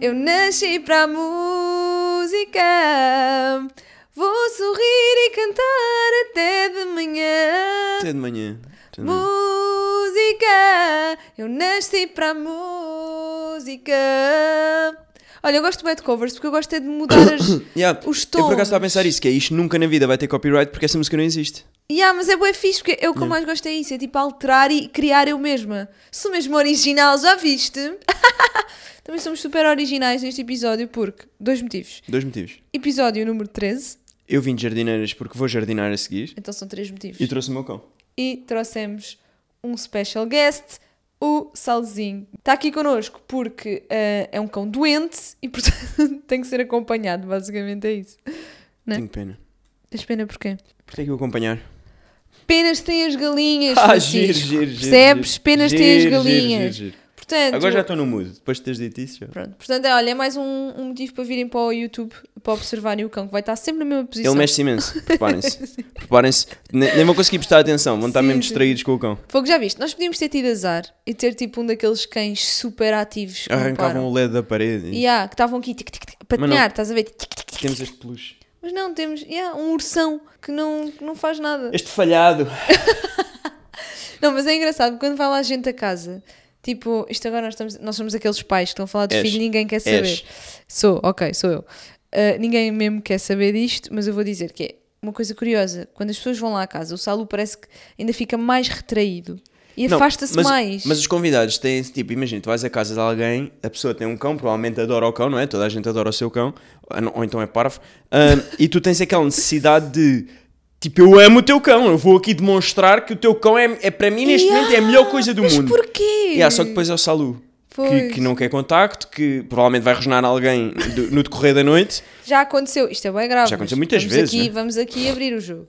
Eu nasci para a música. Vou sorrir e cantar até de manhã. Até de manhã. Até de manhã. Música, eu nasci para a música. Olha, eu gosto bem de covers porque eu gosto é de mudar as. Yeah, os Eu por tons. acaso estava a pensar isso, que é isto nunca na vida vai ter copyright porque essa música não existe. yeah, mas é bué fixe porque eu que eu mais gosto é isso, é tipo alterar e criar eu mesma. Sou mesmo original, já viste? Também somos super originais neste episódio porque. Dois motivos. Dois motivos. Episódio número 13, Eu vim de jardineiras porque vou jardinar a seguir então são três motivos. e trouxe o meu cão. e trouxemos um special guest, o Salzinho. Está aqui connosco porque eh, é um cão doente e, portanto, tem que ser acompanhado. Basicamente é isso. Né? Tenho pena. Tens pena porquê? Porquê é que eu acompanhar? Penas têm as galinhas. Ah, Francisco. giro, giro, giro. É Percebes? giro. Penas têm as Giro, giro, galinhas. giro, giro. Portanto, Agora já estou no mood, depois de teres dito isso. Já. pronto. portanto é, olha, é mais um, um motivo para virem para o YouTube para observarem o cão que vai estar sempre na mesma posição. Ele mexe imenso, preparem-se. preparem-se. Ne- Nem vão conseguir prestar atenção, vão estar Sim, mesmo sim. distraídos com o cão. Fogo, já viste? Nós podíamos ter tido azar e ter tipo um daqueles cães super ativos que não param. Arrancavam o LED da parede. E há, que estavam aqui tic, tic, tic, a Hum. Mas não. patinhar, estás a ver? Tic, tic, tic. Temos este peluche. Mas não, temos e há um ursão que não, que não faz nada. Este falhado. Não, mas é engraçado, quando vai lá gente a casa, tipo, isto agora nós, estamos, nós somos aqueles pais que estão a falar de És. filho e ninguém quer saber. És. Sou, ok, sou eu. Ah, ninguém mesmo quer saber disto, mas eu vou dizer que é uma coisa curiosa. Quando as pessoas vão lá a casa, o Salu parece que ainda fica mais retraído e Não, afasta-se mas- mais. Mas os convidados têm, tipo, imagina, tu vais à casa de alguém, a pessoa tem um cão, provavelmente adora o cão, não é? Toda a gente adora o seu cão, ou não- ou então é parvo, Ahm, e tu tens aquela necessidade de. Tipo, eu amo o teu cão, eu vou aqui demonstrar que o teu cão é, é para mim neste Ya, momento é a melhor coisa do mas mundo. porquê? Yeah, só que depois é o Salu. Que, Pois. que não quer contacto, que provavelmente vai rosnar alguém do- no decorrer da noite. Já aconteceu, isto é bem grave. Já aconteceu mas muitas vamos vezes, Aqui, né? Vamos aqui abrir o jogo.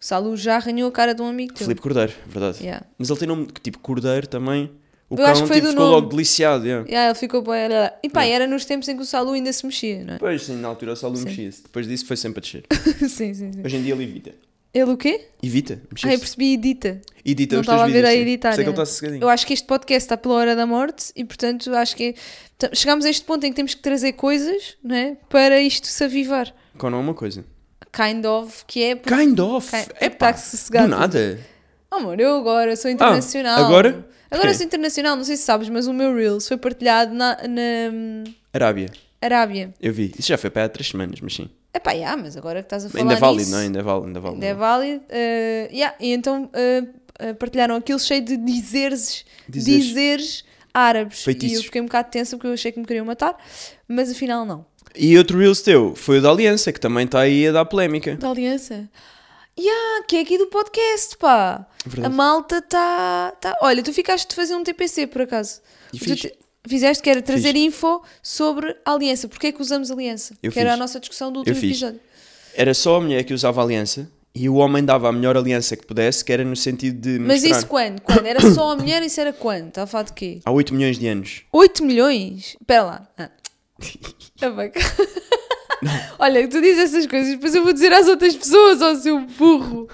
O Salu já arranhou a cara de um amigo teu. Felipe Cordeiro, verdade. Yeah. Mas ele tem nome que tipo Cordeiro também. O Eu cão acho que foi tipo, do ficou nome. logo deliciado. yeah. Yeah, ele ficou bem. olha lá. E pá, era nos tempos em que o Salu ainda se mexia, não é? Pois sim, na altura o Salu mexia-se. Depois disso foi sempre a descer. sim, sim, sim. Hoje em dia ele evita. Ele o quê? Evita, Ah, eu mexer-se. percebi edita. Edita não os teus estava a ver vídeos. a sim. editar, Sei que é. ele está sossegadinho. Eu acho que este podcast está pela hora da morte e, portanto, acho que t- chegámos a este ponto em que temos que trazer coisas, não é? Para isto se avivar. Cão não é uma coisa. Kind of, que é. Porque... Kind of. Kind- porque É está pá. sossegado. Do nada. Oh, amor, eu agora sou internacional. Ah, agora? Agora Porquê? sou internacional, não sei se sabes, mas o meu Reels foi partilhado na, na hum, Arábia. Arábia. Eu vi. Isso já foi para há três semanas, mas sim. Epá, yeah, mas agora que estás a falar Ainda é válido, nisso, não é? Ainda é válido, ainda é válido. ainda é válido. eh, yeah, E então eh, eh, partilharam aquilo cheio de dizeres, Dizeres. dizeres, árabes. E eu Feitiços. fiquei um bocado tensa porque eu achei que me queriam matar, mas afinal não. E outro Reels teu foi o da Aliança, que também está aí a dar polémica. Da aliança. Yeah, que é aqui do podcast, pá. Verdade. A malta está. Tá... Olha, tu ficaste de fazer um TPC por acaso. E Tu fiz. Fizeste que era trazer info sobre a aliança. Porquê é que usamos aliança? Eu que era fiz. a nossa discussão do último fiz. episódio. Era só a mulher que usava a aliança e o homem dava a melhor aliança que pudesse, que era no sentido de Mas mostrar. isso quando? Quando? Era só a mulher? Isso era quando? Estava a falar de quê? Há 8 milhões de anos. 8 milhões? Espera lá. Ah. Tá bem. Olha, tu dizes essas coisas, depois eu vou dizer às outras pessoas, ó seu burro.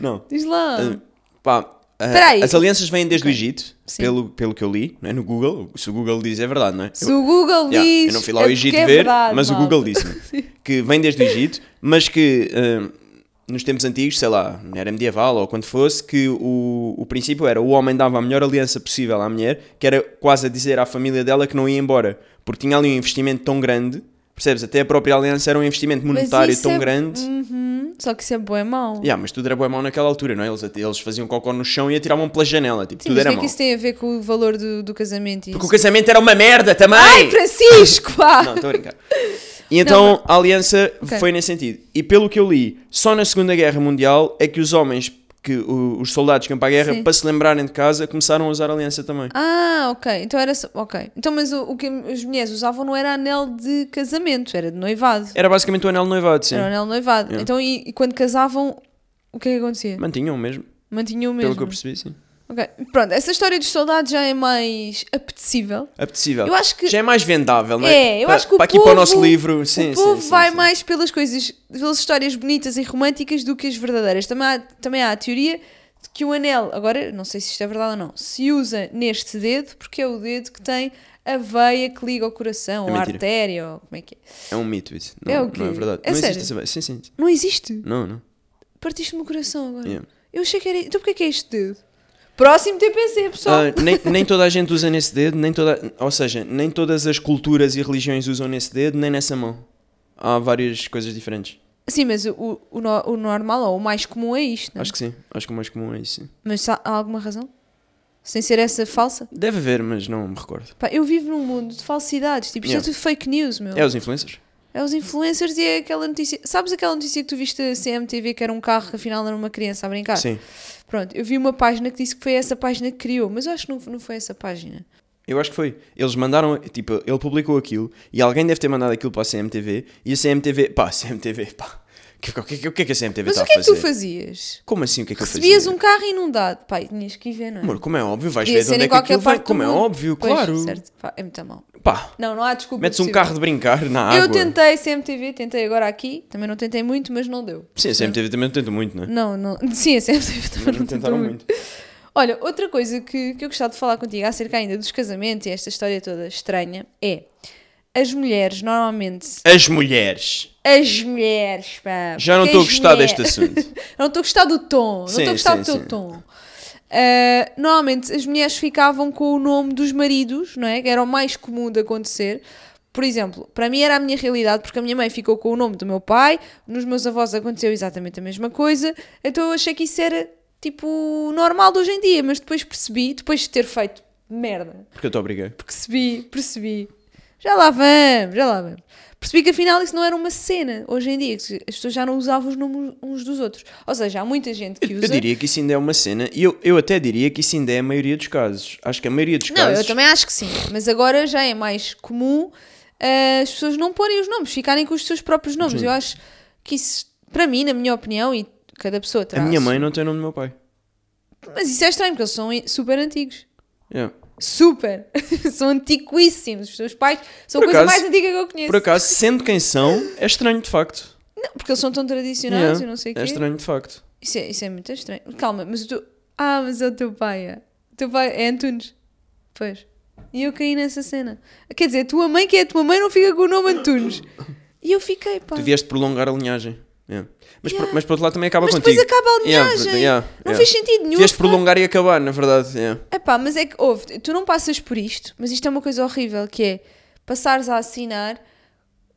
Não. Diz lá. Ah, pá, ah, Peraí. as alianças vêm desde o Egito, Sim. pelo, pelo que eu li, não é? no Google. Se o Google diz, é verdade, não é? Se o Google Yeah, diz. eu não fui lá é ao porque Egito é ver, verdade, mas o malta. Google disse-me que vem desde o Egito, mas que ah, nos tempos antigos, sei lá, na era medieval ou quando fosse, que o, o princípio era o homem dava a melhor aliança possível à mulher, que era quase a dizer à família dela que não ia embora, porque tinha ali um investimento tão grande, percebes? Até a própria aliança era um investimento Mas monetário isso tão é- grande. Uhum, Só que isso é bom, é mau. Yeah, mas tudo era bué mal naquela altura, não é? Eles, eles faziam cocó no chão e atiravam pela janela, tipo, Sim, tudo mas o era que é mal. que isso tem a ver com o valor do, do casamento? e Porque o isso? casamento era uma merda também! Ai, Francisco! pá! Não, então- estou a brincar. E então a aliança Ok. foi nesse sentido. E pelo que eu li, só na Segunda Guerra Mundial é que os homens, que o- os soldados que iam para a guerra, Sim. para se lembrarem de casa, começaram a usar a aliança também. Ah, ok. Então era só. Ok. Então, mas o, o que as mulheres usavam não era anel de casamento, era de noivado. Era basicamente o anel de noivado, sim. Era o anel de noivado. Yeah. Então, e, e quando casavam, o que é que acontecia? Mantinham mesmo, Mantinham o pelo mesmo. que eu percebi, sim. Ok. Pronto, essa história dos soldados já é mais apetecível. Apetecível. Eu acho que- Já é mais vendável, não é? É, eu Para- acho que o Para aqui povo, para o nosso livro, sim, o sim, povo sim, vai sim. mais pelas coisas, pelas histórias bonitas e românticas do que as verdadeiras. Também há, também há a teoria de que o anel, agora não sei se isto é verdade ou não, se usa neste dedo porque é o dedo que tem a veia que liga o coração, É ou a mentira. artéria, ou como é que é. É um mito isso. Não É é, o quê? Não é verdade. É não sério? existe essa. Sim, sim. sim. Não existe. Não, não. Partiste-me o coração agora. Yeah. Eu achei que era. Então porquê que é este dedo? Próximo TPC, pessoal. Ah, nem, nem toda a gente usa nesse dedo, nem toda, ou seja, nem todas as culturas e religiões usam nesse dedo, nem nessa mão. Há várias coisas diferentes. Sim, mas o, o, no- o normal ou o mais comum é isto, não é? Acho que sim. Acho que o mais comum é isso. sim. Mas há há alguma razão? Sem ser essa falsa? Deve haver, mas não me recordo. Pá, eu vivo num mundo de falsidades. Tipo, isto Yeah. é tudo fake news, meu. É os influencers? É os influencers e é aquela notícia. Sabes aquela notícia que tu viste da CMTV que era um carro que afinal era uma criança a brincar? Sim. Pronto, eu vi uma página que disse que foi essa página que criou, mas eu acho que não, não foi essa página. Eu acho que foi. Eles mandaram, tipo, ele publicou aquilo e alguém deve ter mandado aquilo para a CMTV e a CMTV, pá, a CMTV, pá. que- O que, o que é que a CMTV Mas está o a que é que tu fazer? fazias? Como assim? O que é que eu Recebias fazia? um carro inundado. Pá, e tinhas que ir ver, não é? Amor, como é óbvio, vais Podia ver de ser onde em é que aquilo qualquer vai. parte Como do é mundo. óbvio, Pois, claro. certo. Pá, é muito mal. Pá, Não, não há desculpa. metes um possível. carro de brincar na água. Eu tentei CMTV, tentei agora aqui. Também não tentei muito, mas não deu. Sim, a CMTV também não tenta muito, não é? Não, não. Sim, a CMTV também Mas não, tentou muito. Olha, outra coisa que, que eu gostava de falar contigo acerca ainda dos casamentos e esta história toda estranha é as mulheres, normalmente, As mulheres. as mulheres, pá. Já não porque estou a as gostar mulheres- deste assunto. não estou a gostar do tom, não Sim, estou a gostar sim, do teu sim. tom. Ah, normalmente as mulheres ficavam com o nome dos maridos, não é? Que era o mais comum de acontecer. Por exemplo, para mim era a minha realidade, porque a minha mãe ficou com o nome do meu pai, nos meus avós aconteceu exatamente a mesma coisa, então eu achei que isso era tipo normal de hoje em dia, mas depois percebi, depois de ter feito merda, Porque eu te obriguei. percebi, percebi. Já lá vamos, já lá vamos. Percebi que afinal isso não era uma cena hoje em dia, que as pessoas já não usavam os nomes uns dos outros. Ou seja, há muita gente que usa. Eu diria que isso ainda é uma cena. E eu, eu até diria que isso ainda é a maioria dos casos. Acho que a maioria dos não, casos. eu também acho que sim, mas agora já é mais comum eh, as pessoas não porem os nomes, ficarem com os seus próprios nomes. Eu acho que isso, para mim, na minha opinião, e cada pessoa A terá. minha sua- mãe não tem o nome do meu pai. Mas isso é estranho, porque eles são i- super antigos. Yeah. Super! são antiquíssimos. Os teus pais são a Por coisa acaso- mais antiga que eu conheço. Por acaso, sendo quem são, é estranho de facto. Não, porque eles são tão tradicionais, Yeah. eu não sei o quê. É estranho de facto. Isso é, isso é muito estranho. Calma, mas o teu. Ah, mas é o teu pai. É. O teu pai é Antunes. Pois. E eu caí nessa cena. Quer dizer, a tua mãe, que é a tua mãe, não fica com o nome Antunes. E eu fiquei, pá. Tu vieste prolongar a linhagem. Yeah. Mas, Ah. Yeah. por, mas por outro lado também acaba Mas depois contigo. acaba a Yeah, linhagem. yeah, não yeah. fez sentido nenhum. Vieste prolongar e acabar, na verdade. Yeah. É pá, mas é que, ouve, tu não passas por isto, mas isto é uma coisa horrível, que é passares a assinar.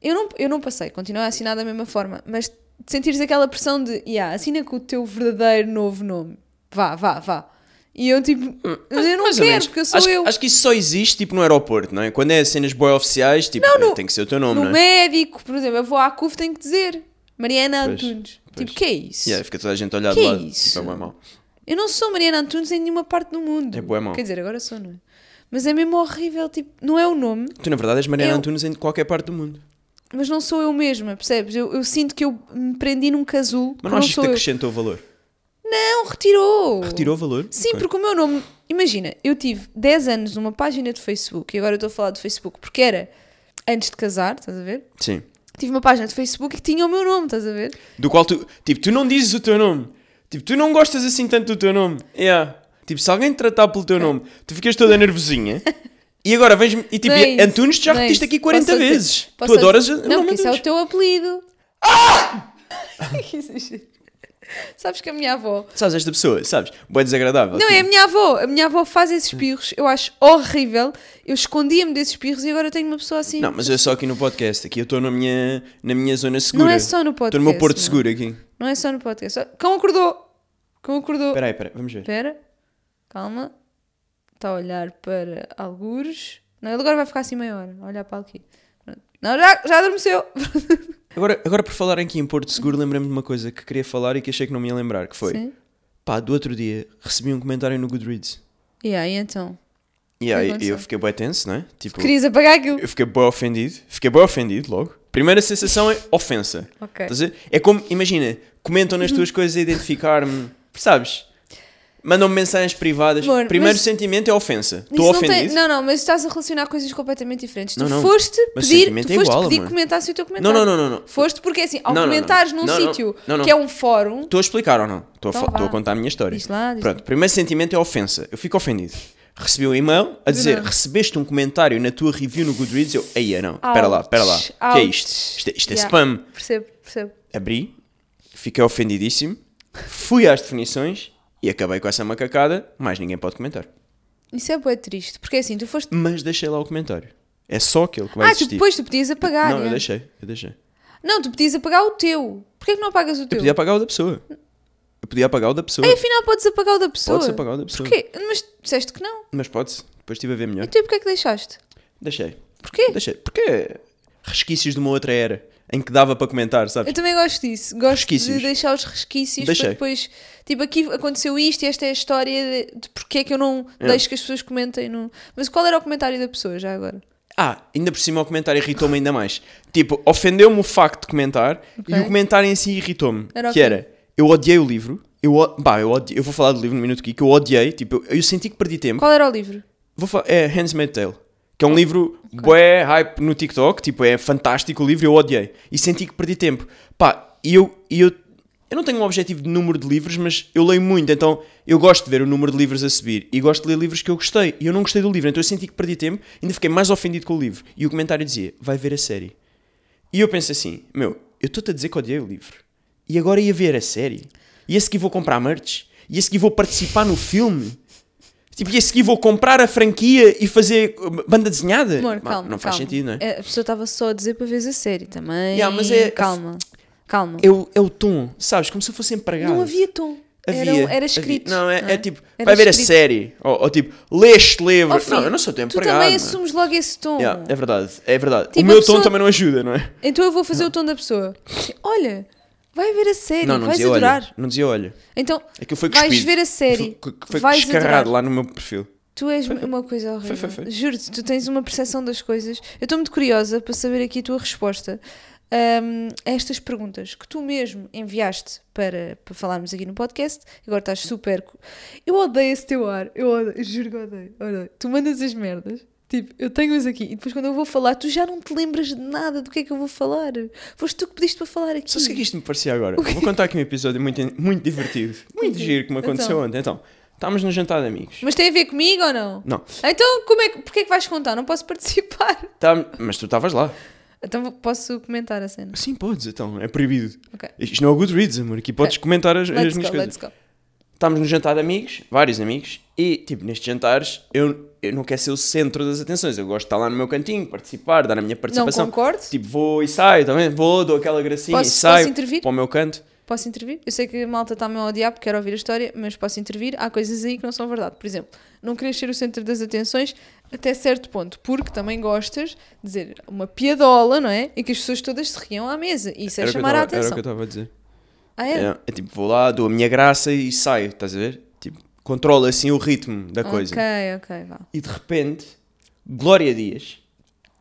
Eu não, eu não passei, continuo a assinar da mesma forma, mas sentires aquela pressão de, yeah, assina com o teu verdadeiro novo nome. Vá, vá, vá. E eu tipo, mas eu não Hum, Mais ou quero, menos. porque eu sou acho, eu. Acho que isso só existe tipo no aeroporto, não é? Quando é cenas boy oficiais, tipo, Não, no- tem que ser o teu nome, no não é? médico, por exemplo, eu vou à CUF, tenho que dizer Mariana Pois, Antunes. pois. Tipo, que é isso? Yeah, fica toda a gente a olhar Que de lado. isso? Tipo, é bué mau. Eu não sou Mariana Antunes em nenhuma parte do mundo. É bué mau. Quer dizer, agora sou, não é? Mas é mesmo horrível, tipo, não é o nome, Tu, na verdade, és Mariana Eu- Antunes em qualquer parte do mundo. mas não sou eu mesma, percebes? Eu, eu sinto que eu me prendi num casulo, que Mas não, não achas que sou te eu. acrescentou valor? Não, retirou. Retirou valor? Sim, Ok. porque o meu nome. Imagina, eu tive 10 anos numa página do Facebook, e agora eu estou a falar do Facebook porque era antes de casar, estás a ver? Sim. Tive uma página de Facebook que tinha o meu nome, estás a ver? Do qual tu. Tipo, tu não dizes o teu nome. Tipo, tu não gostas assim tanto do teu nome. Yeah. Tipo, se alguém te tratar pelo teu nome, tu ficas toda nervosinha. E agora vens-me. E tipo, Não é isso, Antunes, tu já não é repetiste isso. aqui 40 Posso dizer- vezes. posso tu dizer- adoras o Não, nome porque isso é o Antunes. Ah! teu apelido. é Sabes que a minha avó. Sabes esta pessoa, sabes? Boa desagradável. tipo. Não, é a minha avó. A minha avó faz esses espirros. Eu acho horrível. Eu escondia-me desses espirros e agora eu tenho uma pessoa assim. Não, mas eu só aqui no podcast. Aqui eu estou na minha, na minha zona segura. Não é só no podcast. Estou no meu porto não. seguro aqui. Não é só no podcast. Cão acordou. Cão acordou. Espera aí, espera aí, vamos ver. Espera. Calma. Está a olhar para algures. Não, ele agora vai ficar assim meia hora. a Olhar para aqui. Pronto. Não, já, já adormeceu. Agora, agora por falar aqui em Porto Seguro, lembrei-me de uma coisa que queria falar e que achei que não me ia lembrar, que foi, Sim. pá, do outro dia recebi um comentário no Goodreads. E aí, então? E aí aconteceu? eu fiquei bem tenso, não é? Tipo, Querias apagar aquilo? eu fiquei bem ofendido, fiquei bem ofendido logo. Primeira sensação é ofensa. Ok. Estás a ver? É como, imagina, comentam nas tuas coisas a identificar-me, sabes? Mandam-me mensagens privadas. Amor, Primeiro mas- sentimento é ofensa. Isso Estou não tem- ofendido. Não, não, mas estás a relacionar coisas completamente diferentes. Tu Não, não. foste Mas pedir, sentimento tu é foste igual, pedir amor. que comentasse o teu Não, comentário. não, não, não, não. Foste porque assim, ao Não, não, não. comentares num Não, não. sítio Não, não. que é um fórum, Estou a explicar ou não? Estou a, Então fa- vá. estou a contar a minha história. Diz lá, diz Pronto, primeiro sentimento é ofensa. Eu fico ofendido. Recebi um e-mail a dizer: nada. recebeste um comentário na tua review no Goodreads. Eu, aí não, espera lá, espera lá. Ouch, O que é ouch. isto? Isto, é- isto é Yeah. spam. Percebo, percebo. Abri, fiquei ofendidíssimo, fui às definições e acabei com essa macacada. Mais ninguém pode comentar. Isso é bem triste, porque é assim, tu foste. Mas deixei lá o comentário. É só aquele que vai Ah, tu, existir. depois tu podias apagar. Não, eu é? deixei, eu deixei. Não, tu podias apagar o teu. Porquê é que não apagas o Eu teu? podia apagar o da pessoa. Eu podia apagar o da pessoa. Ah, afinal podes apagar o da pessoa. Pode-se apagar o da pessoa. Porquê? Mas disseste que não. Mas pode-se. Depois estive a ver melhor. Então e porquê é que deixaste? Deixei. Porquê? Deixei. Porque resquícios de uma outra era em que dava para comentar, sabes? Eu também gosto disso. Gosto Resquícios. de deixar os resquícios Deixei. para depois. Tipo, aqui aconteceu isto e esta é a história de, de porque é que eu não deixo que as pessoas comentem. No... Mas qual era o comentário da pessoa já agora? Ah, ainda por cima o comentário irritou-me ainda mais. Tipo, ofendeu-me o facto de comentar e Ok. o comentário em si irritou-me. Era o que quê? era, eu odiei o livro. Eu, o- pá, eu, odi- eu vou falar do livro no minuto aqui, que eu odiei. Tipo, eu, eu senti que perdi tempo. Qual era o livro? Vou falar, é Handmaid's Tale. Que é um livro bué hype no TikTok. Tipo, é fantástico o livro. Eu odiei. E senti que perdi tempo. Pá, e eu... E eu eu não tenho um objetivo de número de livros, mas eu leio muito, então eu gosto de ver o número de livros a subir e gosto de ler livros que eu gostei. E eu não gostei do livro, então eu senti que perdi tempo, ainda fiquei mais ofendido com o livro. E o comentário dizia: vai ver a série. E eu penso assim: meu, eu estou-te a dizer que odiei o livro. E agora ia ver a série. E a seguir vou comprar merch. E a seguir vou participar no filme. Tipo, e a seguir vou comprar a franquia e fazer uh, banda desenhada. Amor, Pá, calma. não faz calma. sentido, não é? A pessoa estava só a dizer para ver a série também. Yeah, mas é- Calma. Calma. É o, é o tom, sabes? Como se eu fosse empregado. Não havia tom. Era, um- Havia, era escrito. havia. Não, é, não é tipo, Era vai ver a escrito. série. Ou, ou tipo, lê este livro. Oh, filho, não, eu não sou teu Tu empregado. também não é? assumes logo esse tom. Yeah, é verdade, é verdade. Tipo, o a meu tom pessoa- também não ajuda, não é? Então eu vou fazer o tom da pessoa. Assim, Olha, vai ver a série, Não, não vais dizia adorar. olha. É Não dizia olha. Então, Aquilo foi vais cuspido. ver a série, Foi, foi vais descarrado adorar. lá no meu perfil. Tu és uma coisa horrível. foi, foi. Juro-te, tu tens uma percepção das coisas. Eu estou muito curiosa para saber aqui a tua resposta hum, a estas perguntas que tu mesmo enviaste para, para falarmos aqui no podcast. Agora estás super. cu- Eu odeio esse teu ar. Eu odeio, juro que odeio. odeio. Tu mandas as merdas. Tipo, eu tenho-as aqui e depois quando eu vou falar, tu já não te lembras de nada do que é que eu vou falar. Foste tu que pediste para falar aqui. Sabes o que é que isto me parecia agora? Vou contar aqui um episódio muito, muito divertido, muito Ok. giro que me aconteceu Então. ontem. Então, estávamos num jantar de amigos. Mas tem a ver comigo ou não? Não, Então, como é que, porque é que vais contar? Não posso participar. tá- mas tu estavas lá. Então vou- posso comentar a cena. Sim, podes, então, é proibido. Ok. Isto não é o Goodreads, amor. Aqui podes comentar as, as Let's minhas go, coisas. let's go. estávamos num jantar de amigos, vários amigos, e tipo, nestes jantares eu, eu não quero ser o centro das atenções. Eu gosto de estar lá no meu cantinho, participar, dar a minha Não participação. concordo. Tipo, vou e saio também, vou, dou aquela gracinha Posso- e saio posso intervir? para o meu canto. Posso intervir? Eu sei que a malta está-me a odiar porque quero ouvir a história, mas posso intervir. Há coisas aí que não são verdade. Por exemplo, não queres ser o centro das atenções até certo ponto, porque também gostas de dizer uma piadola, não é? E que as pessoas todas se riam à mesa. E isso é Era o que eu chamar a tava- Era o atenção. que eu estava a dizer. Ah, É. é? é tipo, vou lá, dou a minha graça e saio, estás a ver? Tipo, controlo assim o ritmo da coisa. Ok, ok, vá. E de repente, Glória Dias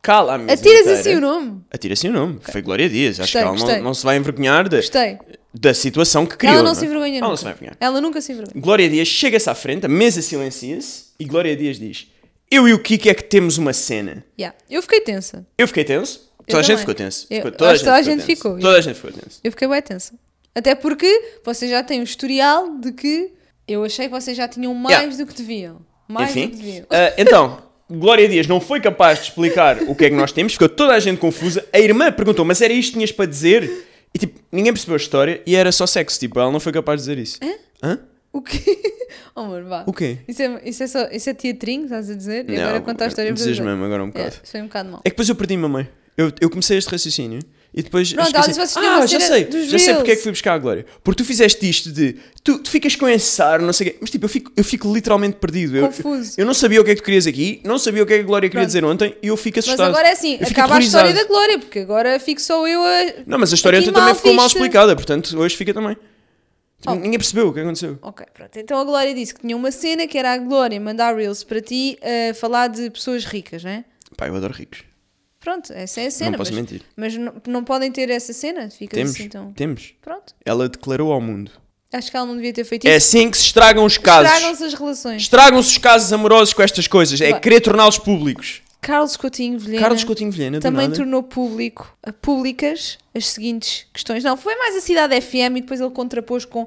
cala a mesa. Atiras inteira. assim o nome? Atira assim o nome. Foi Glória Dias. Acho Gostei, que ela gostei. não, não se vai envergonhar da, Gostei. da situação que criou. Ela não é? se envergonha Ela não nunca. se vai envergonhar. Ela nunca se envergonha. Glória Dias chega-se à frente, a mesa silencia-se e Glória Dias diz: Eu e o Kiko é que temos uma cena. Yeah. Eu fiquei tensa. Eu fiquei tenso. Eu Toda a gente também. ficou tenso. Eu- Ficou- toda acho que toda a gente tenso. ficou, Toda a gente ficou tenso. Eu fiquei bem tensa. Até porque vocês já têm um historial de que eu achei que vocês já tinham mais Yeah. do que deviam. Mais Enfim. do que deviam. ah, então, Glória Dias não foi capaz de explicar o que é que nós temos, ficou toda a gente confusa. A irmã perguntou: Mas era isto que tinhas para dizer? E tipo, ninguém percebeu a história e era só sexo. Tipo, ela não foi capaz de dizer isso. É? Hã? O quê? Oh, amor, vá. O quê? Isso é, isso é, só, isso é teatrinho, estás a dizer? E agora Não, conta a história dizes verdadeira. mesmo agora um bocado. É, isso foi um bocado mal. É que depois eu perdi a minha mãe. Eu, eu comecei este raciocínio e depois. Pronto, ela esqueci- disse, vocês tinham ah, uma já cena sei. dos Já sei porque é Reels. que fui buscar a Glória. Porque tu fizeste isto de. Tu, tu ficas com esse ar, não sei o quê. Mas tipo, eu fico, eu fico literalmente perdido. Eu- Confuso. Eu, não sabia o que é que tu querias aqui, não sabia o que é que a Glória queria Pronto. dizer ontem e eu fico Mas assustado. agora é assim, Eu fico acaba a história da aterrorizado. Glória, porque agora fico só eu a. Não, mas a história Aqui ontem também mal ficou mal vista. explicada, portanto hoje fica também. Tipo, Oh. Ninguém percebeu o que aconteceu. Ok, pronto. Então a Glória disse que tinha uma cena que era a Glória mandar Reels para ti a falar de pessoas ricas, não é? Pá, eu adoro ricos. Pronto, essa é a cena. não posso mas mentir. mas não, não podem ter essa cena? Fica Temos, assim então. temos. Pronto. Ela declarou ao mundo. Acho que ela não devia ter feito É isso. assim que se estragam os casos. Estragam-se as relações. Estragam-se os casos amorosos com estas coisas. É Vai. querer torná-los públicos. Carlos Coutinho Vilhena Carlos Coutinho Vilhena, do né? também nada. tornou público, a públicas as seguintes questões. Não, foi mais a Cidade FM e depois ele contrapôs com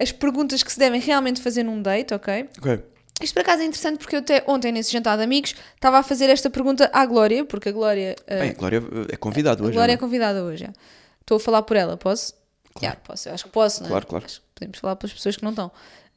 as perguntas que se devem realmente fazer num date, ok? Ok. Isto por acaso é interessante porque eu até ontem, nesse jantar de amigos, estava a fazer esta pergunta à Glória, porque a Glória. eh, Bem, a Glória é convidada a hoje. Glória é não convidada hoje. já. Estou a falar por ela, posso? Claro. posso, eu acho que posso, não é? Claro, claro. Acho que podemos falar pelas pessoas que não estão.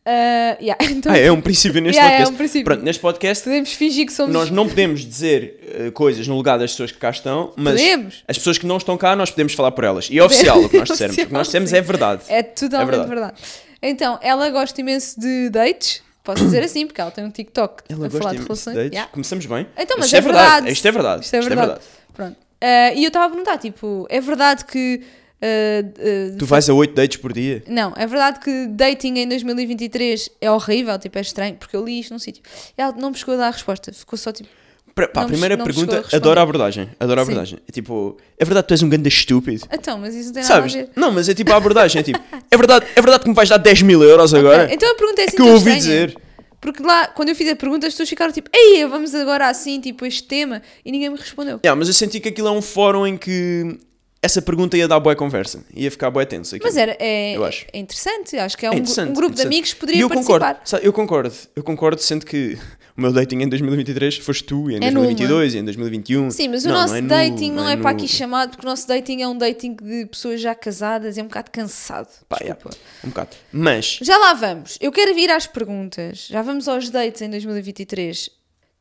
Ah, yeah, então, é? Ah, é um princípio neste Yeah, é podcast. um princípio. Pronto, neste podcast podemos fingir que somos. nós não podemos dizer eh, coisas no lugar das pessoas que cá estão, mas Podemos. as pessoas que não estão cá nós podemos falar por elas. E é oficial o que nós dissermos. o que nós Oficial, dissermos é verdade. É totalmente É verdade. verdade. Então, ela gosta imenso de dates, posso dizer assim, porque ela tem um TikTok Ela a gosta falar de imenso relações. dates. Yeah. Começamos bem. Então, mas Isto é verdade. Isto é verdade. Isto é verdade. Pronto. Ah, e eu estava a perguntar, tipo, é verdade que. ah, ah, Tu vais a 8 dates por dia. Não, é verdade que dating em 2023 é horrível, tipo, é estranho, porque eu li isto num sítio. Ela não me chegou a dar a resposta, ficou só tipo. Pra, pá, Não me- primeira não me chegou a pergunta, responder. adoro a abordagem. Adoro a Sim. abordagem. É tipo, é verdade que tu és um ganda estúpido. Então, mas isso não tem Sabes? nada a ver. Não, mas é tipo a abordagem. É tipo, é verdade, é verdade que me vais dar 10 mil euros agora? Ok, Então a pergunta é assim que eu tão ouvi estranha. dizer. Porque lá, quando eu fiz a pergunta, as pessoas ficaram tipo, ei, vamos agora assim, tipo, este tema, e ninguém me respondeu. Yeah, mas eu senti que aquilo é um fórum em que essa pergunta ia dar boa conversa. Ia ficar boa tensa. aquilo. Mas era, é, Eu acho. é interessante, acho que é, É um, gru- interessante, um grupo de interessante. amigos que E poderia eu participar. Concordo, sabe, eu concordo, eu concordo, sendo que o meu dating em 2023 foste tu, e em É numa. 2022, e em 2021. Sim, mas o Não, não nosso é nu, dating não é, nu. para aqui chamado, porque o nosso dating é um dating de pessoas já casadas, é um bocado cansado. Pá, yeah, desculpa. um bocado. Mas, Já lá vamos. Eu quero vir às perguntas. Já vamos aos dates em 2023.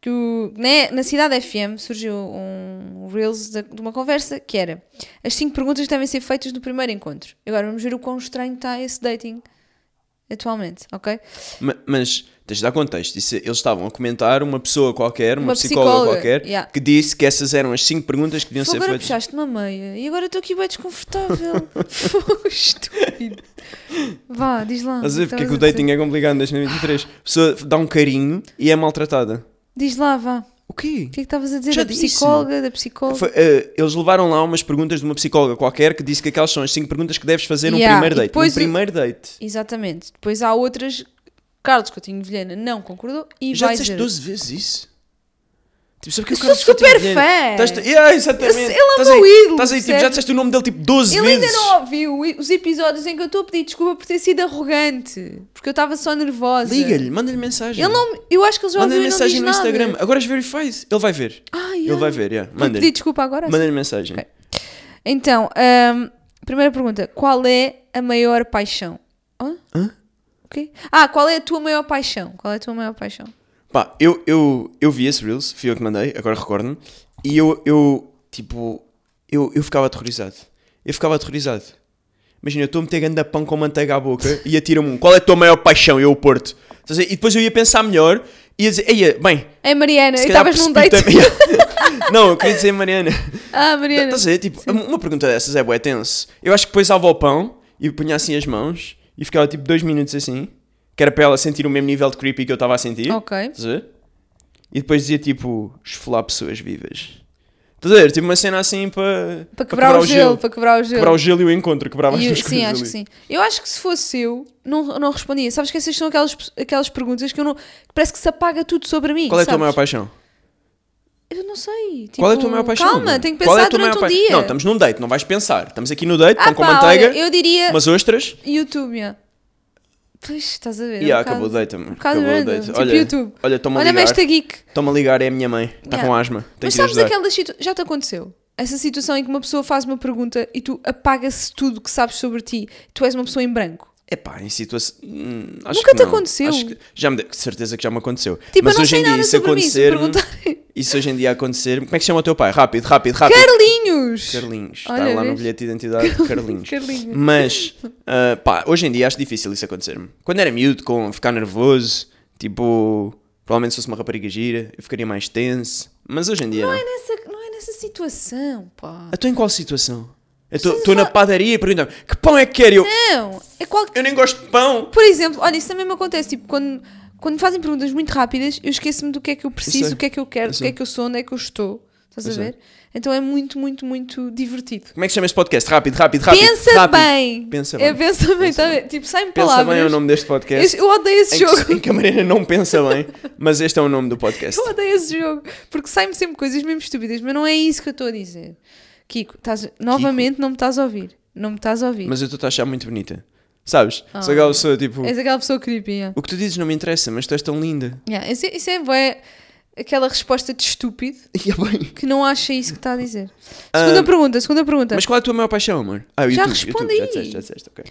Que o- né, na Cidade FM surgiu um Reels da- de uma conversa que era as cinco perguntas que devem ser feitas no primeiro encontro. Agora vamos ver o quão estranho está esse dating atualmente, ok? ma- mas tens de dar contexto. Isso- é, eles estavam a comentar uma pessoa qualquer, uma, Uma psicóloga, psicóloga, qualquer, yeah. que disse que essas eram as cinco perguntas que deviam Fogo, ser agora feitas. puxaste uma meia e agora eu estou aqui bem desconfortável. Fogo, estúpido. Vá, diz lá. Estás a ver porque é que o estavas a dizer. dating é complicado em 2023? A pessoa dá um carinho e é maltratada. Diz lá, vá. O quê? O que é que estavas a dizer Já da disse. psicóloga? Da psicóloga? Foi, eh, eles levaram lá umas perguntas de uma psicóloga qualquer que disse que aquelas são as 5 perguntas que deves fazer num Yeah, primeiro e date. Num depois o- primeiro date. Exatamente. Depois há outras. Carlos Coutinho Vilhena não concordou e Já vai disseste dizer- 12 vezes isso? Tipo, sabe que Eu o sou Carlos Coutinho super Vilhena- fã. Estás- Yeah, exatamente. Eu sei- ele é o Estás meu aí- ídolo, Estás aí, tipo, já percebes? disse o nome dele tipo 12 Ele vezes. ainda não ouviu i- os episódios em que eu estou a pedir desculpa por ter sido arrogante. Porque eu estava só nervosa. Liga-lhe, manda-lhe mensagem. Ele não. Eu acho que ele já ouviu Manda-lhe e não diz mensagem no nada. Instagram. Agora és verified. Ele vai ver. Ah, Ele vai ver, yeah. Manda-lhe. pedir desculpa agora? Manda-lhe mensagem. Ok. Então, hum, primeira pergunta. Qual é a maior paixão? Hã? Hã? O quê? Ah, qual é a tua maior paixão? Qual é a tua maior paixão? Pá, eu, eu, eu vi esse Reels, fui eu que mandei, agora recordo-me, e eu, eu tipo, eu, eu ficava aterrorizado. Eu ficava aterrorizado. Imagina, eu estou a meter ganda pão com manteiga à boca e atira-me um. Qual é a tua maior paixão? Eu, o Porto. Estás a ver? E depois eu ia pensar melhor e ia dizer, Eia, bem, É Mariana, se eu calhar estavas num date. precipitei-me." Não, eu queria dizer Mariana. Ah, Mariana. Estás a ver? Tipo, uma pergunta dessas é bué tenso. Eu acho que depois alvo ao pão e punha assim as mãos e ficava tipo dois minutos assim, que era para ela sentir o mesmo nível de creepy que eu estava a sentir. Ok. Estás a ver? E depois dizia tipo, esfolar pessoas vivas. Estás a ver? Tipo uma cena assim para. Para quebrar, o gelo, para quebrar o gelo. Quebrar o gelo e o encontro, quebrava as E eu- duas sim, coisas acho ali. que sim. Eu acho que se fosse eu, não, não respondia. Sabes que essas são aquelas, aquelas perguntas que eu não. que parece que se apaga tudo sobre mim. Qual é a tua sabes? maior paixão? Eu não sei. tipo, Qual é a tua maior paixão? Calma, mano? tenho que Qual é a pensar tua durante maior o pa- dia. Não, estamos num date, não vais pensar. Estamos aqui no date, ah, pão com pá, manteiga, olha, eu diria. umas ostras. YouTube, yeah. Pois, estás a ver. E é um yeah, bocado- acabou o date, amor. Um bocado acabou o random, date. tipo olha, YouTube. Olha, toma a Olha, ligar. esta geek. Toma a ligar, é a minha mãe. Está Yeah. com asma. Tem Mas que ir sabes ajudar. aquelas situações. Já te aconteceu? Essa situação em que uma pessoa faz uma pergunta e tu apaga-se tudo que sabes sobre ti. Tu és uma pessoa em branco. Epá, em situação. hum, acho Nunca que te não. aconteceu? Acho que- já me de... certeza que já me aconteceu. Tipo, Mas eu não hoje sei em dia nada isso sobre acontecer. mim. Se perguntarem. Isso hoje em dia acontecer. Como é que chama o teu pai? Rápido, rápido, rápido. Carlinhos! Ah, Carlinhos. Está Olha, lá no vês? bilhete de identidade de Carlinhos. Carlinhos. Mas, ah, pá, hoje em dia acho difícil isso acontecer-me. Quando era miúdo, com ficar nervoso, tipo, provavelmente se fosse uma rapariga gira, eu ficaria mais tenso. Mas hoje em dia não. Não é nessa, não é nessa situação, pá. Eu estou em qual situação? Eu estou na padaria e perguntam-me que pão é que quer? E Eu, Não, é qual... eu nem gosto de pão. Por exemplo, olha, isso também me acontece, tipo, quando, quando me fazem perguntas muito rápidas, eu esqueço-me do que é que eu Eu preciso, sei. o que é que eu Eu quero, o que sei. é que eu sou, onde é que eu estou. Estás Eu a sei. ver? Então é muito, muito, muito divertido. Como é que se chama esse podcast? Rápido, rápido, rápido. pensa rápido. bem! Pensa É, bem. pensa bem, tá bem. Tipo, sem Pensa palavras. bem é o nome deste podcast. Esse- eu odeio esse em, jogo. Que, em que a Mariana não pensa bem, mas este é o nome do podcast. Eu odeio esse jogo. Porque saem-me sempre coisas mesmo estúpidas, mas não é isso que eu estou a dizer. Kiko, estás, novamente não me estás a ouvir. Não me estás a ouvir. tipo, Mas eu estou a achar muito bonita. Sabes? Ah. Sou aquela pessoa tipo. És aquela pessoa creepy, é. yeah. O que tu dizes não me interessa, mas tu és tão linda. Yeah, Isso, isso é bué aquela resposta de estúpido E é bem. que não acha isso que está a dizer. Segunda pergunta, segunda pergunta. Ah, Mas qual é a tua maior paixão, amor? Ah, o Já YouTube. respondi. YouTube. Já disseste, já disseste, ok.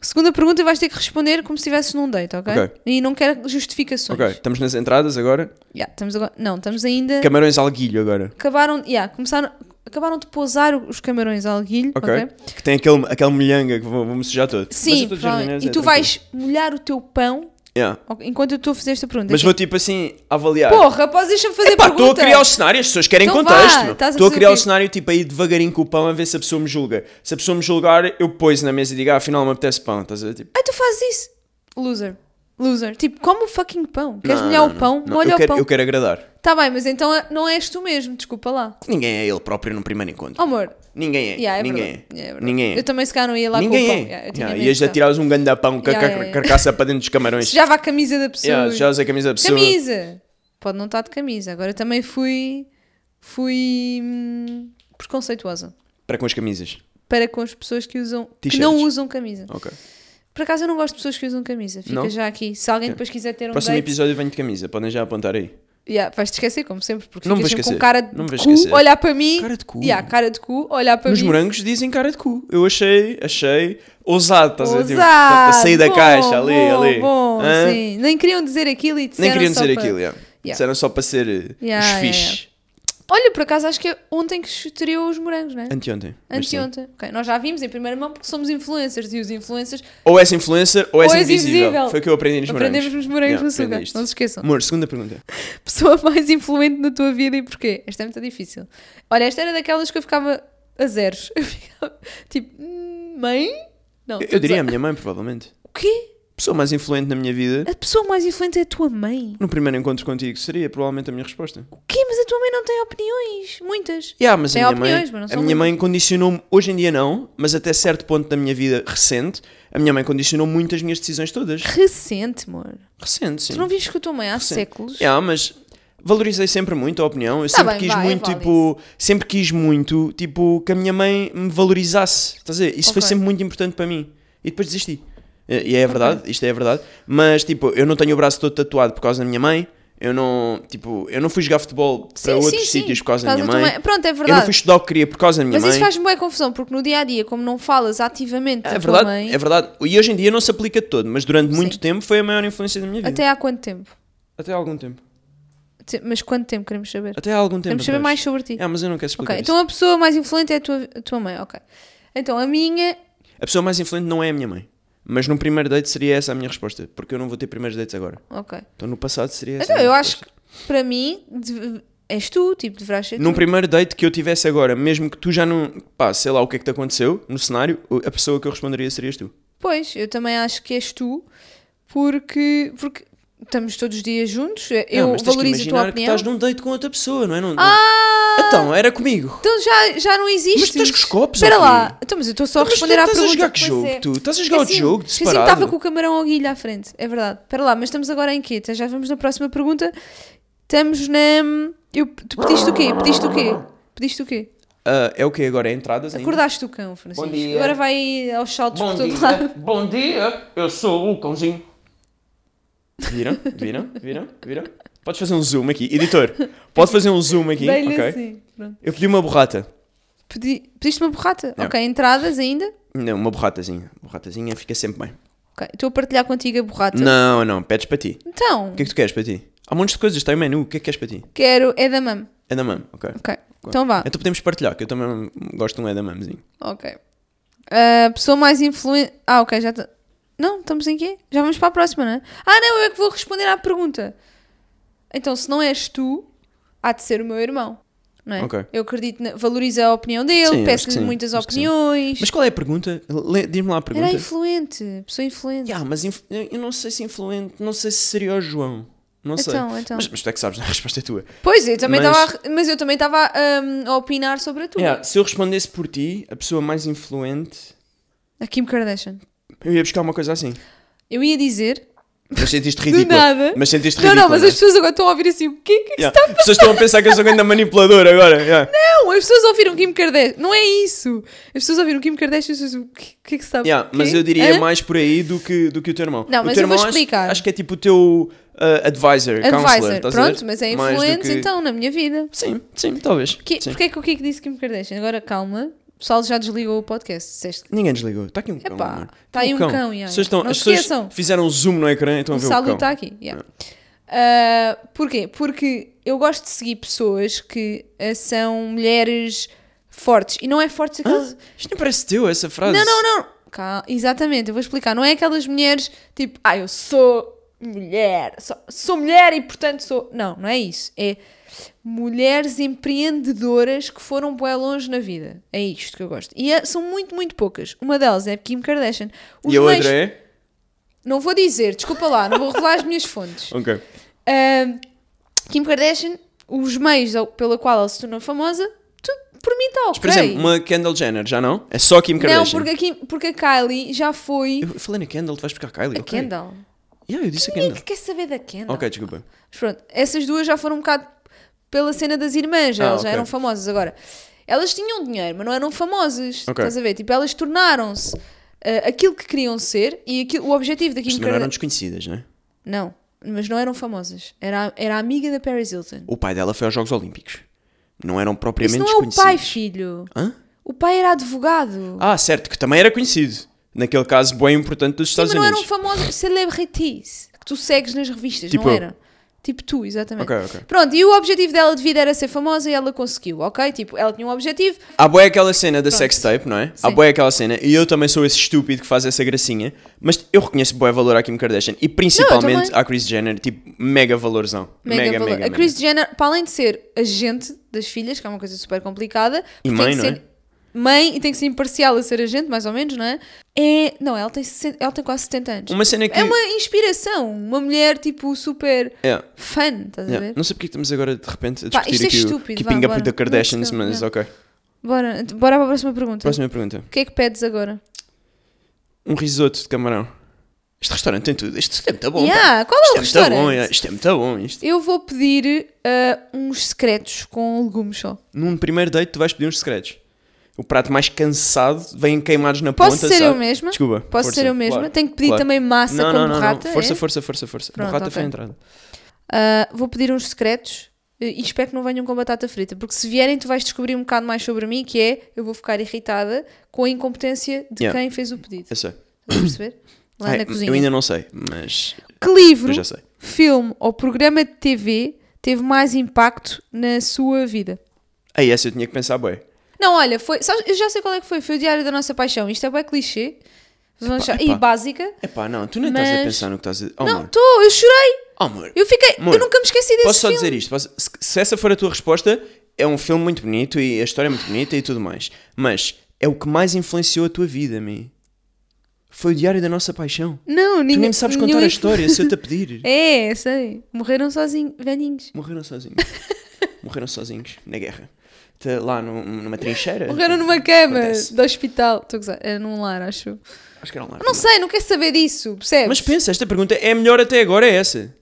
Segunda pergunta vais ter que responder como se estivesses num date, ok? Ok. E não quero justificações. Ok, estamos nas entradas agora. Yeah, estamos agora... Não, estamos ainda... Camarões ao guilho agora. Acabaram, yeah, começaram... Acabaram de pousar os camarões ao guilho, Ok. ok? Que tem aquele, aquele molhanga que vou- vou-me sujar todo. Mas Sim, eu tô de provavelmente. jardineiros, e é tu tranquilo. vais molhar o teu pão Yeah. ok, enquanto eu estou a fazer esta pergunta. Mas Que é- vou tipo assim avaliar. Porra, podes deixar-me fazer Pá, estou pergunta. a criar os cenários, as pessoas querem Então vá, contexto. meu. estás a Estou a fazer criar o o quê? cenário tipo aí devagarinho com o pão a ver se a pessoa me julga. Se a pessoa me julgar, eu pôs na mesa e digo, ah, afinal me apetece pão. Estás a ver? Tipo, Ah, tu fazes isso. Loser. Loser. Tipo, come o fucking pão. Queres não, molhar não, o pão? não, não. Molha eu o quero, pão. Eu quero agradar. Tá bem, mas então ah, não és tu mesmo, desculpa lá. Ninguém é ele próprio no primeiro encontro. Oh, amor. Ninguém é. Yeah, é ninguém verdade. é. Yeah, é verdade. Ninguém é. Eu também se calhar não ia lá Ninguém com o é. pão. Yeah, eu tinha Yeah, medo ias de a tirar um ganda pão com a Yeah, car- yeah, yeah. carcaça para dentro dos camarões. Já a camisa da pessoa. Yeah, já usei a camisa da pessoa. Camisa. Pode não estar de camisa. Agora também fui. Fui. hum, preconceituosa. Para com as camisas. Para com as pessoas que usam. Que T-shirts. não usam camisa. Ok. Por acaso eu não gosto de pessoas que usam camisa. Fica Não? já aqui. Se alguém depois quiser ter um Próximo date. episódio eu venho de camisa. Podem já apontar aí. Yeah, vais te esquecer, como sempre, porque Não me ficas vou sempre com cara esquecer. de Não me vou cu, esquecer. olhar para mim. Cara de cu. Yeah, cara de cu, olhar para Nos mim. morangos dizem cara de cu. Eu achei, achei ousado, estás a ver? Tipo, Ousado, a sair da bom, caixa ali, bom, ali. bom, Hã? sim. Nem queriam dizer aquilo e disseram Nem queriam só dizer para- aquilo, yeah. Yeah. disseram só para ser eh, Yeah, os yeah, fixe. Olha, por acaso acho que é ontem que chuteriam os morangos, não é? Anteontem. mas sim. Anteontem. Ok, Nós já vimos em primeira mão porque somos influencers e os influencers Ou és influencer ou és, invisível. invisível. Foi o que eu aprendi nos aprendemos morangos. nos morangos Yeah, no açúcar. aprendeste. Não se esqueçam. Amor, segunda pergunta. Pessoa mais influente na tua vida e porquê? Esta é muito difícil. Olha, esta era daquelas que eu ficava a zeros. Eu ficava tipo, "Hum, mãe? Não, Eu, estou a eu diria gozar. a minha mãe, provavelmente. O quê? Pessoa mais influente na minha vida, A pessoa mais influente é a tua mãe. no primeiro encontro contigo, seria provavelmente a minha resposta. O quê? Mas a tua mãe não tem opiniões. Muitas. Yeah, mas a Tem minha opiniões, mas mãe, não a são minha mãe condicionou-me, hoje em dia não, mas até certo ponto da minha vida recente, a minha mãe condicionou muito as minhas decisões todas. Recente, amor. Recente, sim. É, Tu não vives com a tua mãe há Recente. séculos? Yeah, mas valorizei sempre muito a opinião. Eu Tá sempre bem, quis vai, muito, vale tipo, sempre quis muito, tipo, que a minha mãe me valorizasse. Estás a dizer? Isso foi Ok. sempre muito importante para mim. E depois desisti. E e é verdade, isto é verdade. Mas, tipo, eu não tenho o braço todo tatuado por causa da minha mãe. Eu não, tipo, eu não fui jogar futebol para outros sítios por causa da minha tua mãe. Pronto, é Eu não fui verdade. estudar o que queria por causa da minha Mas mãe. isso faz-me boa confusão, porque no dia a dia, como não falas ativamente É da verdade, tua mãe, é verdade. E hoje em dia não se aplica de todo, mas durante muito Sim. tempo foi a maior influência da minha vida. Até, até há quanto tempo? há algum tempo. Te- Mas quanto tempo queremos saber? Até há algum tempo. Queremos saber atrás. mais sobre ti. Ah, mas eu não quero explicar ok, isso. então a pessoa mais influente é a tua, a tua mãe, ok. Então a minha. A pessoa mais influente não é a minha mãe. Mas num primeiro date seria essa a minha resposta. Porque eu não vou ter primeiros dates agora. Ok. Então no passado seria essa. Então a minha eu acho resposta. que para mim deve- és tu, tipo, deverás ser tu. Num primeiro date que eu tivesse agora, mesmo que tu já não. pá, sei lá o que é que te aconteceu no cenário, a pessoa que eu responderia serias tu. Pois, eu também acho que és tu, porque, porque estamos todos os dias juntos, eu não, Ah, mas valorizo tens que a tua imaginar que opinião. estás num date com outra pessoa, não é? Não, não- Ah! Então, era comigo. Então já, já não existe. Mas tu estás com os copos, Espera ou quê? lá, então, mas eu estou só a Mas tu responder à estás pergunta. a jogar que Pois jogo, é. tu? Estás a jogar o Assim, jogo sim, sim, estava disparado. com o camarão ao guilho à frente, é verdade. Espera lá, mas estamos agora em quê? Então, Já vamos na próxima pergunta. Estamos na. Eu, tu pediste o quê? Pediste o quê? Pediste o quê? Ah, é o que agora? É entradas ainda? Acordaste o cão, Francisco. Bom dia. Agora vai aos saltos Bom por todo dia, lado. bom dia, eu sou o cãozinho. Viram? Viram? Viram? Viram? Podes fazer um zoom aqui. Editor, pode fazer um zoom aqui. Dei-lhe ok? assim. Pronto. Eu pedi uma borrata. Pedi- pediste uma borrata? Não. Ok, entradas ainda? Não, uma borratazinha. Borratazinha fica sempre bem. Ok, estou a partilhar contigo a borrata. Não, não, pedes para ti. Então, O que é que tu queres para ti? Há um monte de coisas, está em menu. O que é que queres para ti? quero edamame. Edamame, ok. Ok, então vá. Então podemos partilhar, que eu também gosto de um edamamezinho. Ok. A pessoa mais influente. Ah, ok, já. tá- Não, estamos em quê? Já vamos para a próxima, não é? Ah, não, eu é que vou responder à pergunta. Então, se não és tu, há de ser o meu irmão. Não é? Ok. Eu acredito, na... valorizo a opinião dele, Sim, acho que peço-lhe sim, muitas acho que sim. opiniões. Mas qual é a pergunta? Le- Diz-me lá a Era pergunta. influente, pessoa influente. Ah, mas inf- eu não sei se influente, não sei se seria o João. Não sei. Então, então. Mas, mas tu é que sabes, a resposta é tua. Pois, eu também Mas- estava. a re- Mas eu também estava hum, a opinar sobre a tua. Yeah, se eu respondesse por ti, a pessoa mais influente, A Kim Kardashian. eu ia buscar uma coisa assim. Eu ia dizer Mas sentiste Do ridículo. nada. Mas sentiste não, ridículo. não, mas né? as pessoas agora estão a ouvir assim, o que é que Yeah. As pessoas estão a pensar que eu sou um grande manipulador agora. yeah. Não, as pessoas ouviram Kim Kardashian. Não é isso. As pessoas ouviram Kim Kardashian e as pessoas, o que, o que é que se sabe? Yeah, Quê? mas eu diria Hã? mais por aí do que, do que o teu irmão. Não, o mas teu eu vou irmão acho- explicar. Acho, que é tipo o teu ah, advisor, counselor. Advisor. estás a ver? Pronto, mas é Mais do influente que- então na minha vida. Sim, sim, talvez. Que, Sim. Porquê é que o Kiko disse Kim Kardashian? Agora calma. O pessoal já desligou o podcast. Disseste que Ninguém desligou. Está aqui um cão. Epá, amor. tá aí um cão, yeah, As pessoas estão- não as se pessoas esqueçam. fizeram um zoom no ecrã e estão o a tá- ver o Saldo cão. está aqui. yeah. Ah, porquê? Porque eu gosto de seguir pessoas que ah, são mulheres fortes. E não é fortes aquelas. Isto nem parece teu, essa frase. Não, não, não. Cá- exatamente, eu vou explicar. Não é aquelas mulheres tipo, ah, eu sou mulher, só- sou mulher e portanto sou. Não, não é isso. É mulheres empreendedoras que foram bem longe na vida. É isto que eu gosto. E é- são muito, muito poucas. Uma delas é Kim Kardashian. Os E a meios- outra é? Não vou dizer, desculpa lá, não vou revelar as minhas fontes. Ok. Ahm, Kim Kardashian, os meios ao- pela qual ela se tornou famosa, tudo por mim está ok. Por exemplo, uma Kendall Jenner, já não? É só Kim Kardashian. não, porque a, Kim- porque a Kylie já foi. Eu falei na Kendall, tu vais buscar a Kylie. A ok. Kendall. Yeah, eu disse a Quem é Kendall. que quer saber da Kendall? Ok, desculpa. Mas pronto, essas duas já foram um bocado pela cena das irmãs, já, Ah, elas já ok. eram famosas agora. Elas tinham dinheiro, mas não eram famosas. Ok. Estás a ver? Tipo, elas tornaram-se ah, aquilo que queriam ser e aquilo- o objetivo da Mas Kim também não eram Kardashian. desconhecidas, não é? Não, mas não eram famosas. Era, a- era a amiga da Paris Hilton. O pai dela foi aos Jogos Olímpicos. Não eram Isso propriamente não é o pai, desconhecidos. filho. Hã? O pai era advogado. Ah, certo, que também era conhecido. Naquele caso, bem importante dos Sim, mas Estados não eram Unidos. famosos celebrities que tu segues nas revistas, Tipo não eu. eram? Tipo tu, exatamente. Ok, ok. Pronto, e o objetivo dela de vida era ser famosa e ela conseguiu, ok? Tipo, ela tinha um objetivo. Há boé aquela cena da sex tape, não é? Há boé aquela cena, e eu também sou esse estúpido que faz essa gracinha, mas eu reconheço boé valor à Kim Kardashian e principalmente também. à Kris Jenner, tipo, mega valorzão. Mega, Mega, mega, valor. mega. a Kris Jenner, para além de ser agente das filhas, que é uma coisa super complicada, E porque mãe, tem que não é? ser mãe e tem que ser imparcial a ser agente, mais ou menos, não é? É. Não, ela tem, 60 ela tem quase 70 anos. Uma cena que. É uma inspiração, uma mulher tipo super É, fã, estás a é. ver? Não sei porque é que estamos agora de repente a Pá, discutir isto é aqui estúpido, o vá, Keeping Up bora. with the Kardashians, Não, não. mas ok. Bora, bora para a próxima pergunta. Próxima pergunta. O que é que pedes agora? Um risoto de camarão. Este restaurante tem tudo. Isto é muito bom. Yeah, pá. qual é o isto é muito bom, restaurante? yeah. Isto é muito bom. Isto. Eu vou pedir ah, uns secretos com legumes só. Num primeiro date, tu vais pedir uns secretos. O prato mais cansado vêm queimados na Posso ponta. ser eu sabe? mesma? Desculpa. Posso força, ser eu mesma? claro, Tenho que pedir claro. também massa não, com não, não, borrata. não. Força, é? força, força, força. Pronto, borrata foi a ok. entrada. Ah, vou pedir uns secretos eh, e espero que não venham com batata frita, porque se vierem, tu vais descobrir um bocado mais sobre mim, que é eu vou ficar irritada com a incompetência de Yeah. quem fez o pedido. Eu sei. Estás a perceber? Lá Ai, na cozinha. eu ainda não sei, mas Que livro, eu já sei. filme ou programa de TV teve mais impacto na sua vida? Aí essa eu tinha que pensar bem. Não, olha, foi. sabes, eu já sei qual é que foi. Foi o Diário da Nossa Paixão. Isto é bem clichê. Vocês vão achar. epá. E básica. Epá, não, tu nem Mas- estás a pensar no que estás a dizer. Oh, não, amor. estou, eu chorei. Oh, amor. Eu fiquei. eu Amor, nunca me esqueci desse Posso só filme. dizer isto? Posso- se, se essa for a tua resposta, é um filme muito bonito e a história é muito bonita e tudo mais. Mas é o que mais influenciou a tua vida, mim. Foi o diário da nossa paixão. Não, ninguém. tu nem me sabes contar nenhum a inf- história se eu te a pedir. É, sei. Morreram sozinhos, velhinhos. Morreram sozinhos. Morreram sozinhos na guerra. Tá Lá no- numa trincheira. Morreram numa cama Acontece. de hospital. Estou a gozar. Era num lar, acho. eu. Acho que era um lar. Não sei, não quero saber disso, percebes? Mas pensa, esta pergunta é a melhor até agora, é essa.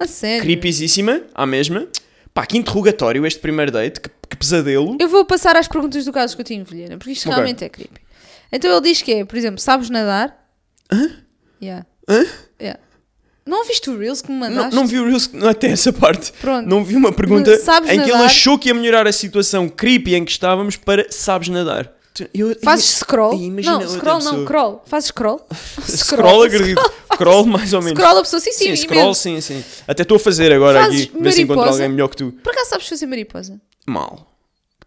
A sério. Creepyzíssima, à mesma. Pá, que interrogatório este primeiro date, que, que pesadelo. Eu vou passar às perguntas do caso que eu tinha Vilhena, porque isto Ok. realmente é creepy. Então ele diz que é, por exemplo, sabes nadar? Hã? Yeah. Hã? Yeah. Não ouviste o Reels que me Não, mandaste? não vi o Reels não, até essa parte. Pronto. Não vi uma pergunta Mas sabes em que ele nadar? achou que ia melhorar a situação creepy em que estávamos para sabes nadar. Tu- eu- Fazes eu- scroll? Ai, imagina não, outra scroll não, pessoa. crawl. Fazes scroll? Scroll, acredito. Scroll, mais ou menos. Scroll a pessoa, sim, sim, sim, imenso. scroll, sim, sim. Até estou a fazer agora Fazes aqui, ver se encontro mariposa? alguém melhor que tu. Por acaso sabes fazer mariposa? Mal.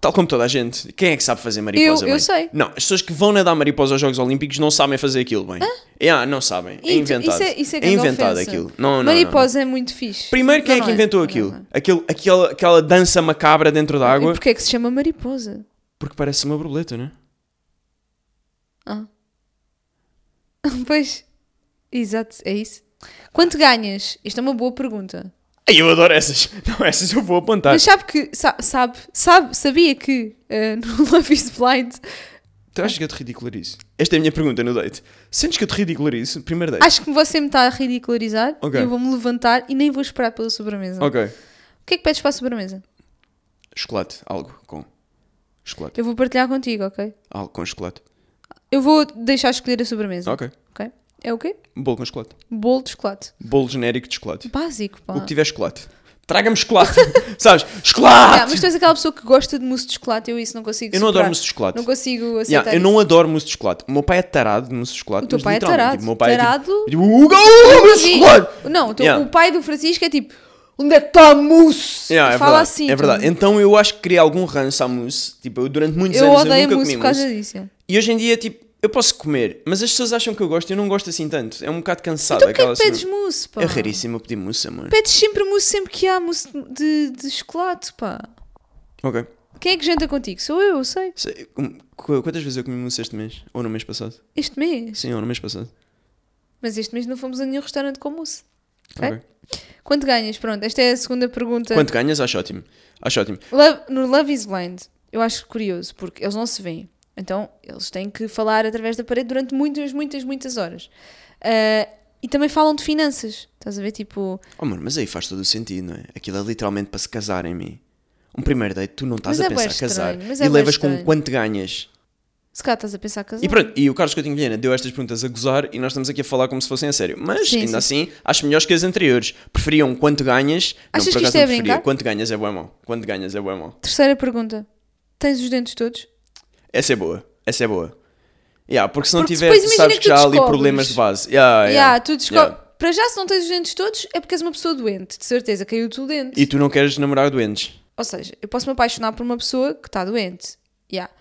Tal como toda a gente. Quem é que sabe fazer mariposa Eu- eu bem? sei. Não, as pessoas que vão nadar mariposa aos Jogos Olímpicos não sabem fazer aquilo bem. É, ah, não sabem. É Ih, tu- inventado. Isso é, isso é, é grande inventado ofensa. aquilo. Não, não, não, não. Mariposa é muito fixe. Primeiro, quem Não, é que não inventou Não, aquilo? não é. Aquele, aquela, aquela dança macabra dentro da água? E porquê é que se chama mariposa? Porque parece uma borboleta, não é? Ah. Pois, exato, é isso. Quanto ganhas? Isto é uma boa pergunta. Ai, eu adoro essas. Não, essas eu vou apontar. Mas sabe que, sa- sabe, sabe, sabia que eh, no Love is Blind Tu achas que eu te ridicularizo? Esta é a minha pergunta no date. Sentes que eu te ridicularizo? Primeiro date. Acho que você me está a ridicularizar. Ok. Eu vou-me levantar e nem vou esperar pela sobremesa. Ok. O que é que pedes para a sobremesa? Chocolate. Algo com chocolate. Eu vou partilhar contigo, ok? Algo com chocolate. Eu vou deixar escolher a sobremesa. Ok. Ok? É o quê? Bolo com chocolate. Bolo de chocolate. Bolo genérico de chocolate. Básico, pá. O tipo- que tiver chocolate. Traga-me chocolate. Sabes? Chocolate! Yeah, Ah, mas tu és aquela pessoa que gosta de mousse de chocolate, eu isso não consigo Ah, tipo- Eu não adoro superar. mousse de chocolate. Não consigo aceitar Yeah, eu isso. não adoro mousse de chocolate. O meu pai é tarado de mousse de chocolate. O teu mas pai é literalmente, tarado. tipo, o meu pai Tarado. É tipo, Uga, uga, mousse de Sim. chocolate! Não, o teu- Yeah. o pai do Francisco é tipo, onde é que está a mousse? Yeah, E é fala verdade, assim. É verdade. tipo, Então eu acho que criei algum ranço à mousse. Tipo, eu durante muitos Eu anos odeio eu nunca mousse comi por causa mousse. Tá, disso. Então yeah. E hoje em dia, tipo, eu posso comer, mas as pessoas acham que eu gosto e eu não gosto assim tanto. É um bocado cansado. Então porquê aquela que pedes cena. mousse, pá? É raríssimo eu pedir mousse, amor. Pedes sempre mousse sempre que há mousse de, de chocolate, pá. Ok. Quem é que janta contigo? Sou eu, eu sei. Sei- um, qu- Quantas vezes eu comi mousse este mês? Ou no mês passado? Este mês. Sim, ou no mês passado. Mas este mês não fomos a nenhum restaurante com mousse. Ok? Ok. Quanto ganhas? Pronto, esta é a segunda pergunta. Quanto ganhas? Acho ótimo. Acho ótimo. Love- no Love is Blind, eu acho curioso, porque eles não se veem. Então, eles têm que falar através da parede durante muitas, muitas, muitas horas. Ah, e também falam de finanças. Estás a ver? Tipo, Oh, mano, mas aí faz todo o sentido, não é? Aquilo é literalmente para se casar em mim. Um primeiro date, tu não estás Mas a é bué pensar estranho, casar mas é e bué levas com estranho. quanto ganhas. se calhar estás a pensar a casar. E pronto, e o Carlos Coutinho Vilhena deu estas perguntas a gozar e nós estamos aqui a falar como se fossem a sério. Mas Sim, ainda assim, acho melhores que as anteriores. Preferiam quanto ganhas. Achas não, por que acaso isto é não a preferia. brincar? Quanto ganhas é bom, mal. Quanto ganhas é bom, mal. Terceira pergunta. Tens os dentes todos? Essa é boa. Essa é boa. Yeah, porque se não Porque tiver, depois imagina sabes que que já tu há ali descobres. problemas de base. Yeah, Ah, yeah, Yeah, tu descobre- yeah. Para já, se não tens os dentes todos, é porque és uma pessoa doente. De certeza, caiu-te o dente. E tu não queres namorar doentes. Ou seja, eu posso me apaixonar por uma pessoa que está doente. Yeah.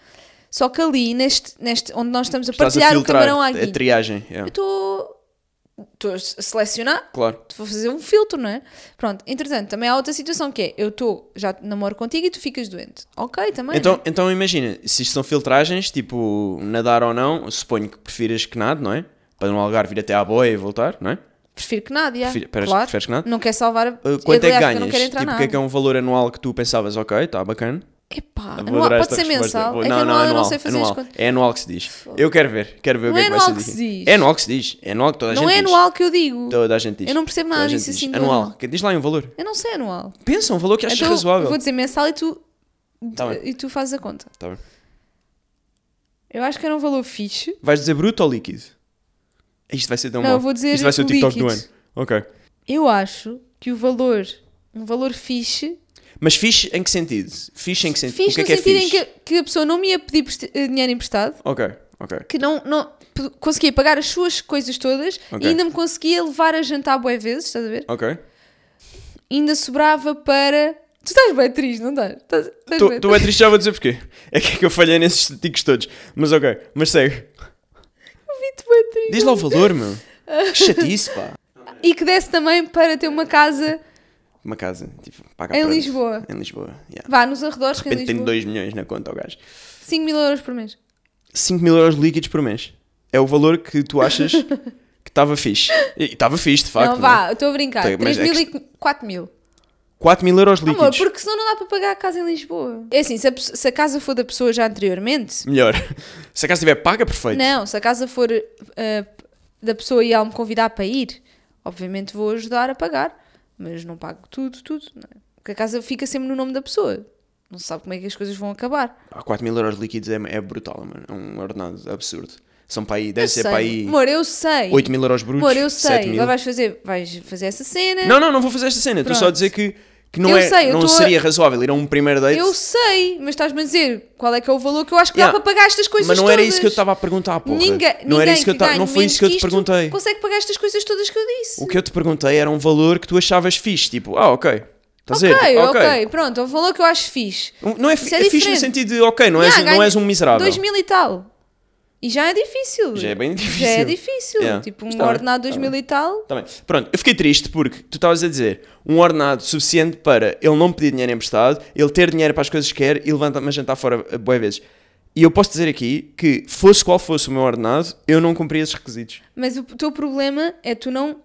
Só que ali, neste, neste, onde nós estamos a Estás a partilhar o filtrar é camarão à a guinha, triagem. eu yeah. estou estou a selecionar, Claro. vou fazer um filtro, não é? Pronto, entretanto, também há outra situação que é, eu estou, já namoro contigo e tu ficas doente. Ok, também. Então, né? então imagina, se isto são filtragens, tipo nadar ou não, suponho que prefiras que nade, não é? Para no Algarve vir até à boia e voltar, não é? Prefiro que nada, yeah. Prefiro- preferes- claro. preferes que nada? Não quer salvar... a- Uh, quanto é que Aliás, eu ganhas? Não quero entrar tipo, o na que é que é água. um valor anual que tu pensavas, ok, está bacana? Epá, Vou Ah, anual, adorar pode esta ser resposta. mensal. Vou- é que anual eu não sei fazer anual. as contas. É anual que se diz. Eu quero ver, quero ver o Não que é é que vai ser anual que dito. se diz. É anual que se diz, é anual que toda a gente Não é diz. anual que eu digo. Toda a gente diz. Eu não percebo Toda a nada gente disso diz. assim do Anual, anual. Que- diz lá um valor. Eu não sei anual. Pensa um valor que achas Então, razoável. eu vou dizer mensal e tu, Tá bem. e tu fazes a conta. Tá bem. Eu acho que era um valor fixe. Vais dizer bruto ou líquido? Isto vai ser tão Não, mau. eu vou dizer Isto vai ser o TikTok do ano. líquido. Ok. Eu acho que o valor, um valor fixe, Mas fixe em que sentido? Fixe em que sentido? fixe o que é no que é sentido fixe? em que, que a pessoa não me ia pedir preste- eh, dinheiro emprestado, Ok, ok. que não, não p- conseguia pagar as suas coisas todas Ok. e ainda me conseguia levar a jantar bué vezes, estás a ver? Ok. Ainda sobrava para... Tu estás bem triste, não estás? Estás, estás Tu, bué tu é triste, já vou dizer porquê. É que, é que eu falhei nesses ticos todos. Mas ok, mas segue. triste, bué triste. Diz lá o valor, meu. Que chatice, pá. E que desse também para ter uma casa, Uma casa, tipo, paga Em pronto. Lisboa. Em Lisboa, yeah. vá, nos arredores, que De é em repente tenho Lisboa, 2 milhões na conta ao gajo. 5 mil euros por mês. 5 mil euros líquidos por mês. É o valor que tu achas que estava fixe. E estava fixe, de facto. né? não, vá, eu estou a brincar. Tem, 3 mas é mil que- e qu- 4 mil. 4 mil euros Amor, líquidos. porque senão não dá para pagar a casa em Lisboa. É assim, se a, pe- se a casa for da pessoa já anteriormente, Melhor. Se a casa estiver paga, perfeito. não, se a casa for eh, da pessoa e ela me convidar para ir, obviamente vou ajudar a pagar, mas não pago tudo, tudo. não é? Porque a casa fica sempre no nome da pessoa. Não se sabe como é que as coisas vão acabar. Ah, 4 mil euros líquidos é, é brutal, mano. É um ordenado absurdo. São para aí, Eu deve ser sei. para aí Amor, eu sei. 8 mil euros brutos. Amor, eu 7 sei. mil. Agora vais fazer, vais fazer essa cena. Não, não, não vou fazer esta cena. Estou só a Pronto. dizer que, que não, Eu é, sei, eu não tô a- seria razoável ir a um primeiro date. Eu sei, mas estás-me a dizer qual é que é o valor que eu acho que Yeah. dá para pagar estas coisas mas não era isso que eu todas. estava a perguntar, porra. Ninguém, não era ninguém isso que eu ta- ganhe não foi menos isso que eu te isto perguntei. Consegue pagar estas coisas todas que eu disse. O que eu te perguntei era um valor que tu achavas fixe, tipo, ah, OK. Estás Ok, a ver? ok, Tipo, pronto, é um valor que eu acho fixe. Um- Não é, fi- Isso é é fixe no diferente. sentido de, ok, não, és, não és um miserável. 2 mil e tal. E já é difícil. Já é bem Já é difícil. difícil. Yeah. Tipo, um Está bem, ordenado de está 2 mil e tal. Tá bem. Pronto, eu fiquei triste porque tu estavas a dizer um ordenado suficiente para ele não pedir dinheiro emprestado, ele ter dinheiro para as coisas que quer e levantar-me a jantar fora a boa vezes. E eu posso dizer aqui que, fosse qual fosse o meu ordenado, eu não cumpri esses requisitos. Mas o teu problema é tu não.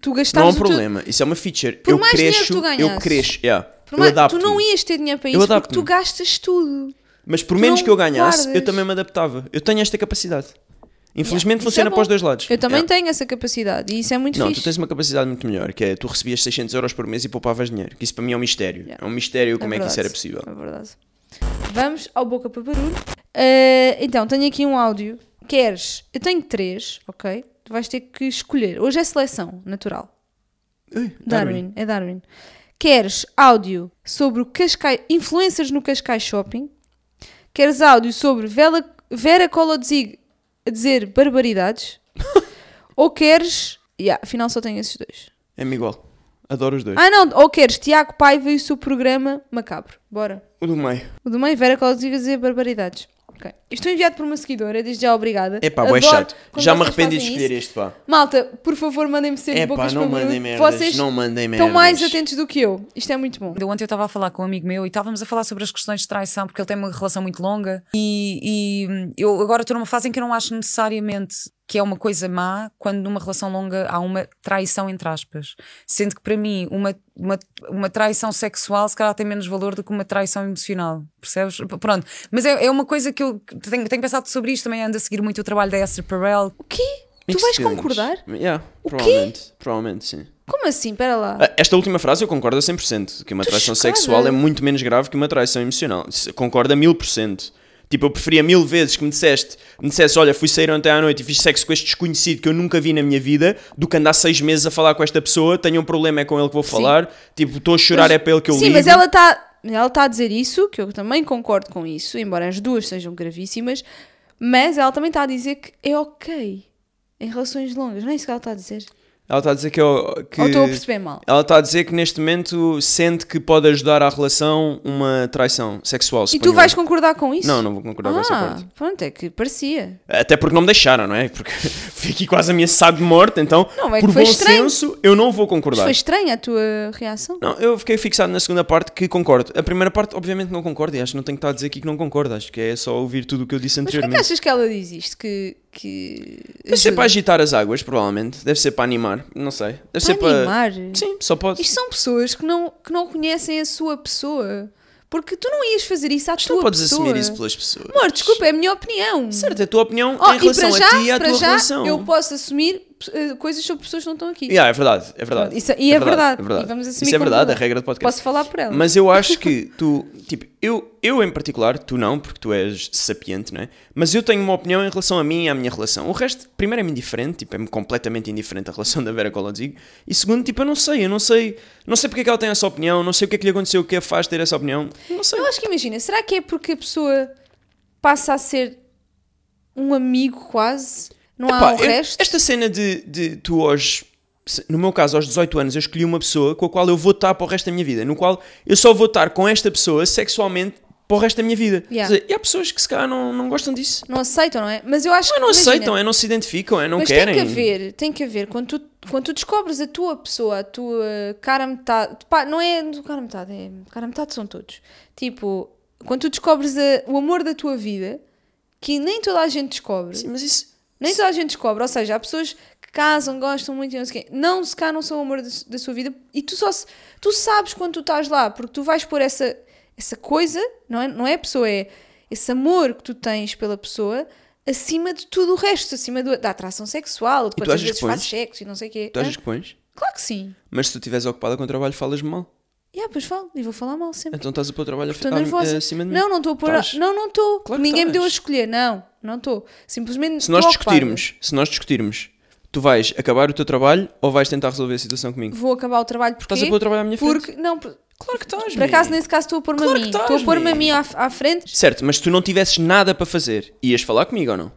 Tu não há gastares um o teu- problema, isso é uma feature. Por eu mais dinheiro cresço, que tu eu ganhasses. cresço, yeah. Por eu mais- adapto. tu não ias ter dinheiro para isso porque tu adapto-me. gastas tudo. Mas por menos não que eu ganhasse, guardas. eu também me adaptava. Eu tenho esta capacidade. Infelizmente isso funciona é bom. para os dois lados. Eu também Yeah. tenho essa capacidade e isso é muito Não, fixe. tu tens uma capacidade muito melhor, que é tu recebias 600 euros por mês e poupavas dinheiro. Que isso para mim é um mistério. Yeah. É um mistério como é, que isso verdade, era possível. É verdade. Vamos ao boca para barulho. Eh, então, tenho aqui um áudio. Queres? Eu tenho três, ok? Tu vais ter que escolher. Hoje é seleção natural. Ui, Darwin, é Darwin. Queres áudio sobre o Cascai, influencers no Cascais Shopping? Queres áudio sobre Vela, Vera Colodzig a dizer barbaridades? ou queres. Yeah, afinal só tenho esses dois. É-me É igual. Adoro os dois. Ah, não, ou queres Tiago Paiva e o seu programa macabro. Bora. O do meio. O do meio, Vera Colodzig a dizer barbaridades. Ok. Isto é enviado por uma seguidora, desde já obrigada. É pá, Adoro é chato. quando Já me vocês arrependi de fazem escolher isso. este, pá. Malta, por favor, mandem-me sempre É pá, bocas não para mandem barulho. merdas. Vocês Não mandem merdas. Estão mais atentos do que eu. Isto é muito bom. Ainda ontem eu estava a falar com um amigo meu e estávamos a falar sobre as questões de traição, porque ele tem uma relação muito longa. E, e, hum, eu agora estou numa fase em que eu não acho necessariamente que é uma coisa má quando numa relação longa há uma traição, entre aspas. Sendo que para mim, uma, uma, uma traição sexual se calhar tem menos valor do que uma traição emocional. Percebes? P- Pronto. Mas é, é uma coisa que eu tenho, tenho pensado sobre isto. Também ando a seguir muito o trabalho da Esther Perel. O quê? Mixed tu vais feelings. concordar? Yeah, provavelmente. Provavelmente, sim. Como assim? Espera lá. Ah, Esta última frase eu concordo a 100%. Que uma Estou traição chocada. sexual é muito menos grave que uma traição emocional. Isso- Concordo a 1000%. Tipo, eu preferia mil vezes que me disseste, me dissesse, olha, fui sair ontem à noite e fiz sexo com este desconhecido que eu nunca vi na minha vida, do que andar seis meses a falar com esta pessoa, tenho um problema, é com ele que vou falar, tipo, estou a chorar, é para ele que eu Sim, ligo. mas ela está ela tá a dizer isso, que eu também concordo com isso, embora as duas sejam gravíssimas, mas ela também está a dizer que é ok em relações longas. Não é isso que ela está a dizer? Ela está a dizer que eu... Que... Ou estou a perceber mal? Ela está a dizer que neste momento sente que pode ajudar à relação uma traição sexual. E tu suponho vais eu. concordar com isso? Não, não vou concordar ah, com essa parte. pronto, é que parecia. Até porque não me deixaram, não é? Porque fui aqui quase ameaçado de morte, então, Não, é que por foi bom estranho. senso, eu não vou Mas concordar. foi estranha a tua reação? Não, eu fiquei fixado na segunda parte que concordo. A primeira parte, obviamente, não concordo e acho que não tenho que estar a dizer aqui que não concordo. Acho que é só ouvir tudo o que eu disse Mas porquê é que anteriormente. achas que ela diz isto? Que. que Deve ser ajuda? para agitar as águas, provavelmente. Deve ser para animar, não sei. Deve ser Para para. animar? Sim, só pode. Isto são pessoas que não, que não conhecem a sua pessoa. Porque tu não ias fazer isso à Isto tua não podes pessoa. assumir isso pelas pessoas. Amor, desculpa, é a minha opinião. Certo, é a tua opinião Oh, em relação e para já, a ti e à para tua já relação. eu posso assumir eh, coisas sobre pessoas que não estão aqui. Yeah, é verdade, é verdade. Pronto, isso- e é verdade, e vamos assumir Isso é como verdade, verdade. a regra do podcast. Posso falar por ela. Mas eu acho que tu, tipo, eu, eu em particular, tu não, porque tu és sapiente, não é? Mas eu tenho uma opinião em relação a mim e à minha relação. O resto, primeiro, é-me indiferente, tipo, é-me completamente indiferente a relação da Vera Colodzig. E segundo, tipo, eu não sei, eu não sei, não sei porque é que ela tem essa opinião, não sei o que é que lhe aconteceu, o que a faz ter essa opinião. Não sei. Eu acho que imagina, será que é porque a pessoa passa a ser um amigo quase? Não há Epá, o eu- resto? Esta cena de, de tu hoje, se- no meu caso, aos 18 anos, eu escolhi uma pessoa com a qual eu vou estar para o resto da minha vida, no qual eu só vou estar com esta pessoa sexualmente para o resto da minha vida. Yeah. Quer dizer, e há pessoas que se calhar não, não gostam disso. Não aceitam, não é? Mas eu acho Mas que não imagina, aceitam, é, não se identificam, é, não mas querem. tem que haver, tem que haver, quando tu, quando tu descobres a tua pessoa, a tua cara metade, pá, não é do cara metade, é cara metade são todos. Tipo, quando tu descobres a- o amor da tua vida, que nem toda a gente descobre, Sim, mas isso. nem toda a gente descobre, ou seja, há pessoas que casam, gostam muito e não sei quê, não se cá não são o amor da, su- da sua vida e tu só se- tu sabes quando tu estás lá, porque tu vais pôr essa, essa coisa, não é, não é a pessoa, é esse amor que tu tens pela pessoa acima de tudo o resto, acima do- da atração sexual, de tu quantas achas vezes que fazes pões? sexo e não sei o quê. Tu Hã? achas que pões? Claro que sim. Mas se tu estiveres ocupada com o trabalho, falas-me mal. E ah, pois falo, e vou falar mal sempre. Então estás a pôr o trabalho Estou a- a- nervosa. acima de mim. Não, não estou a pôr. Estás? Não, não estou. Claro que Ninguém me deu a estás. escolher, não, não estou. Simplesmente. Se nós estou ocupada. discutirmos, se nós discutirmos, tu vais acabar o teu trabalho ou vais tentar resolver a situação comigo? vou acabar o trabalho porque. Estás a pôr o trabalho à minha frente? Porque, não, por- Claro que estás, Por acaso, man. nesse caso, estou a pôr-me Claro a mim. que estás, Estou a pôr-me a man. mim à, à frente. Certo, mas se tu não tivesses nada para fazer, ias falar comigo ou não?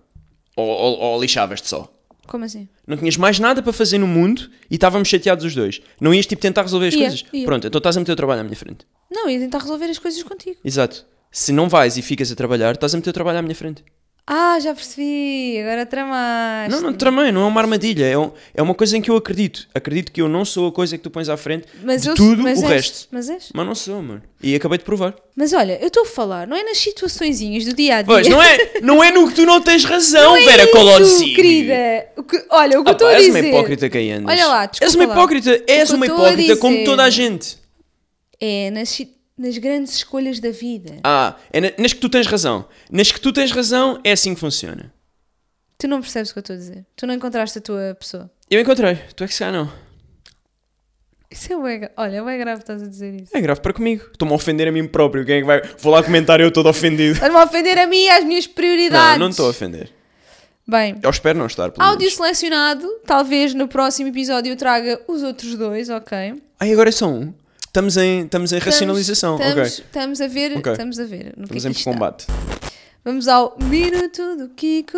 Ou, ou- ou lixavas-te só? Como assim? Não tinhas mais nada para fazer no mundo e estávamos chateados os dois. Não ias tipo tentar resolver as Ia, coisas? ia. Pronto, então estás a meter o trabalho à minha frente. Não, ia tentar resolver as coisas contigo. Exato. Se não vais e ficas a trabalhar, estás a meter o trabalho à minha frente. Ah, já percebi. Agora tramaste. Não, não, tramei, não é uma armadilha. É, um- é uma coisa em que eu acredito. Acredito que eu não sou a coisa que tu pões à frente mas de eu, tudo mas é és, o resto. Mas és? Mas não sou, mano. E acabei de provar. Mas olha, eu estou a falar, não é nas situaçõezinhas do dia a dia. Pois, não é, não é no que tu não tens razão, Não é Vera isso, Colossi. querida. O que, olha, o que eu Ah, pá, estou a és dizer. uma hipócrita quem andas. Olha lá, desculpa És uma lá. hipócrita, O que és eu uma estou a hipócrita como dizer toda a gente. É nas. si- nas grandes escolhas da vida. Ah, é na- nas que tu tens razão. Nas que tu tens razão, é assim que funciona. Tu não percebes o que eu estou a dizer. Tu não encontraste a tua pessoa. Eu encontrei, tu é que se calhar não. Isso é bué, gra- olha, é bué grave estás a dizer isso. É grave para comigo. Estou-me a ofender a mim próprio. Quem é que vai. Vou lá comentar eu todo ofendido. Estás-me a ofender a mim e às minhas prioridades. Não, não estou a ofender. Bem, Eu espero não estar, pelo áudio menos. selecionado. Talvez no próximo episódio eu traga os outros dois, ok? Ai, agora é só um. Estamos em, estamos em racionalização. Estamos, ok. estamos a ver, Ok. estamos a ver. No que é Estamos que em isto está. combate. Vamos ao Minuto do Kiko.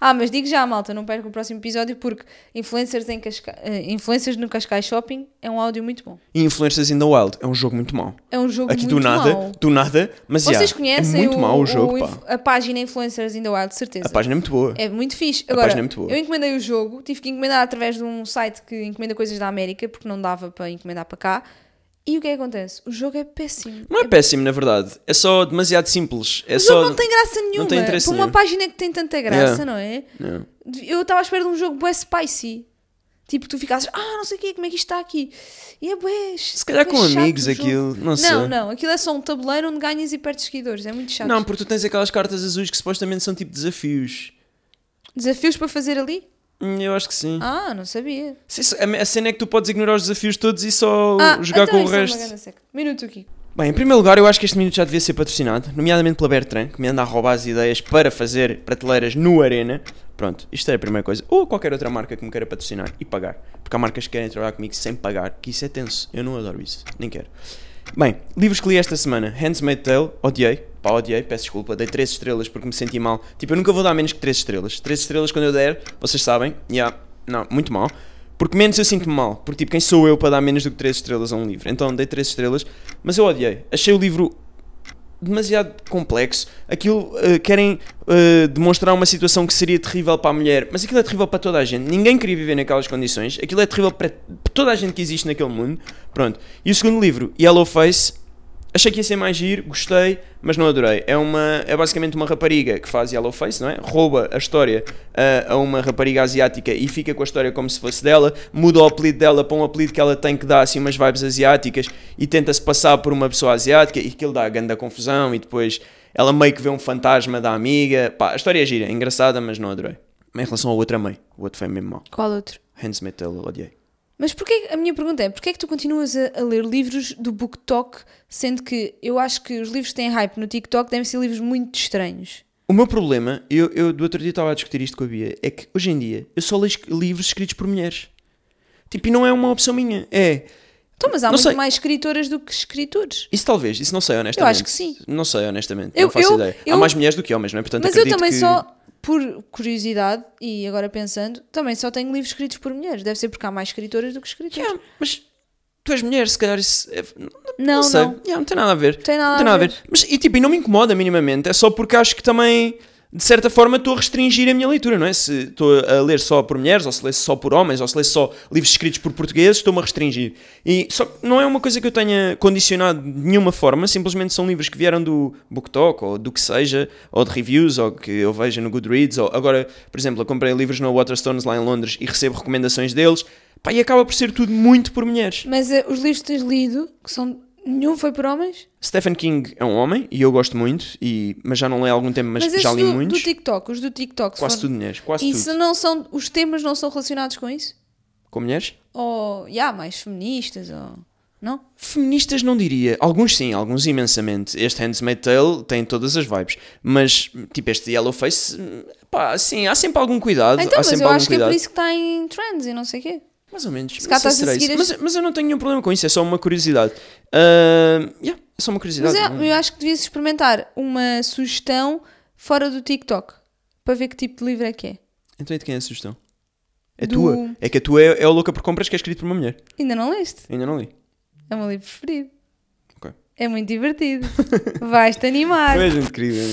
Ah, mas digo já, malta, não perca o próximo episódio porque influencers, em Casca... eh, influencers no Cascais Shopping é um áudio muito bom. E Influencers in the Wild é um jogo muito mau. É um jogo Aqui muito do nada, mau. do nada, mas já, Vocês conhecem é muito o, mau o jogo, o pá. inf- a página Influencers in the Wild, de certeza. A página é muito boa. É muito fixe. Agora, página é muito boa. eu encomendei o jogo, tive que encomendar através de um site que encomenda coisas da América, porque não dava para encomendar para cá. E o que é que acontece? O jogo é péssimo. Não é péssimo, na verdade. É só demasiado simples. É O só... jogo não tem graça nenhuma. tem interesse para uma nenhum. página que tem tanta graça, Yeah. não é? Não. Eu estava à espera de um jogo bué spicy. Tipo, tu ficasses, ah, não sei o quê, como é que isto está aqui? E é bué. Se calhar com amigos aquilo, não sei. Não, não, aquilo é só um tabuleiro onde ganhas e perdes seguidores, é muito chato. Não, porque tu tens aquelas cartas azuis que supostamente são tipo desafios. Desafios para fazer ali? Hum, Eu acho que sim. Ah, não sabia. Se isso- a a cena é que tu podes ignorar os desafios todos e só Ah, jogar então com o isso é uma resto. grande seca. Minuto aqui. Bem, em primeiro lugar, eu acho que este minuto já devia ser patrocinado, nomeadamente pela Bertrand, que me anda a roubar as ideias para fazer prateleiras no Arena. Pronto, isto é a primeira coisa. Ou qualquer outra marca que me queira patrocinar e pagar. Porque há marcas que querem trabalhar comigo sem pagar, que isso é tenso. Eu não adoro isso, nem quero. Bem, livros que li esta semana: Handmaid's Tale, odiei. Pá, odiei, peço desculpa. Dei 3 estrelas porque me senti mal. Tipo, eu nunca vou dar menos que 3 estrelas. 3 estrelas quando eu der, vocês sabem. Yeah, não, muito mal. Porque menos eu sinto-me mal. Porque, tipo, quem sou eu para dar menos do que 3 estrelas a um livro? Então, dei 3 estrelas. Mas eu odiei. Achei o livro demasiado complexo. Aquilo eh, querem eh, demonstrar uma situação que seria terrível para a mulher, mas aquilo é terrível para toda a gente. Ninguém queria viver naquelas condições. Aquilo é terrível para toda a gente que existe naquele mundo. Pronto. E o segundo livro, Yellow Face, achei que ia ser mais giro, gostei, mas não adorei. É uma é basicamente uma rapariga que faz Yellow Face, não é? Rouba a história ah, a uma rapariga asiática e fica com a história como se fosse dela, muda o apelido dela para um apelido que ela tem que dar assim umas vibes asiáticas e tenta-se passar por uma pessoa asiática e aquilo dá a grande confusão e depois ela meio que vê um fantasma da amiga. Pá, a história é gira, é engraçada, mas não adorei. Em relação ao outro, amei. O outro foi mesmo mau. Qual outro? Hands Metal, odiei. Mas porquê, a minha pergunta é, porquê é que tu continuas a, a ler livros do BookTok, sendo que eu acho que os livros que têm hype no TikTok devem ser livros muito estranhos? O meu problema, eu, eu do outro dia estava a discutir isto com a Bia, é que hoje em dia eu só leio esc- livros escritos por mulheres. Tipo, e não é uma opção minha. É. Então, mas há Não muito sei. mais escritoras do que escritores. Isso talvez, isso não sei, honestamente. que sim. Não sei, honestamente. Eu- não faço eu- ideia. eu- Há mais mulheres do que homens, não é? Portanto, Mas eu acredito também que- só, por curiosidade, e agora pensando, também só tenho livros escritos por mulheres. Deve ser porque há mais escritoras do que escritores. Yeah, mas tu és mulher, se calhar isso. É... Não, Não, sei. não. Yeah, não tem nada a ver. Tem nada a ver. Mas, e tipo, e não me incomoda minimamente. É só porque acho que também, de certa forma, estou a restringir a minha leitura, não é? Se estou a ler só por mulheres, ou se leio só por homens, ou se leio só livros escritos por portugueses, estou-me a restringir. E só que não é uma coisa que eu tenha condicionado de nenhuma forma, simplesmente são livros que vieram do BookTok, ou do que seja, ou de reviews, ou que eu veja no Goodreads. Ou... Agora, por exemplo, eu comprei livros na Waterstones lá em Londres e recebo recomendações deles. Pá, e acaba por ser tudo muito por mulheres. Mas eh, os livros que tens lido, que são... Nenhum foi por homens? Stephen King é um homem e eu gosto muito, e, mas já não leio há algum tempo, mas, esses já li do, do muitos. TikTok, os do TikTok. se Quase for- tudo mulheres, quase E tudo. se não são... Os temas não são relacionados com isso? Com mulheres? Ou, já, mais feministas, ou... Não? Feministas não diria, alguns sim, alguns imensamente. Este Handmaid's Tale tem todas as vibes, mas tipo este Yellowface, pá, sim, há sempre algum cuidado. Ah, então, há mas sempre eu algum acho que é cuidado. por isso que está em trends e não sei o quê. Mais ou menos. calhar não sei estás a será seguir isso. é este- mas, mas eu não tenho nenhum problema com isso, é só uma curiosidade. Ah, yeah, é só uma Mas curiosidade. é, não- eu acho que devias experimentar uma sugestão fora do TikTok para ver que tipo de livro é que é. Então e de quem é a sugestão? É Do- tua. É que a tua é, é o Louca por Compras que é escrito por uma mulher. Ainda não leste. Ainda não li. É o meu livro preferido. Ok. É muito divertido. Vais-te animar. Tu és incrível.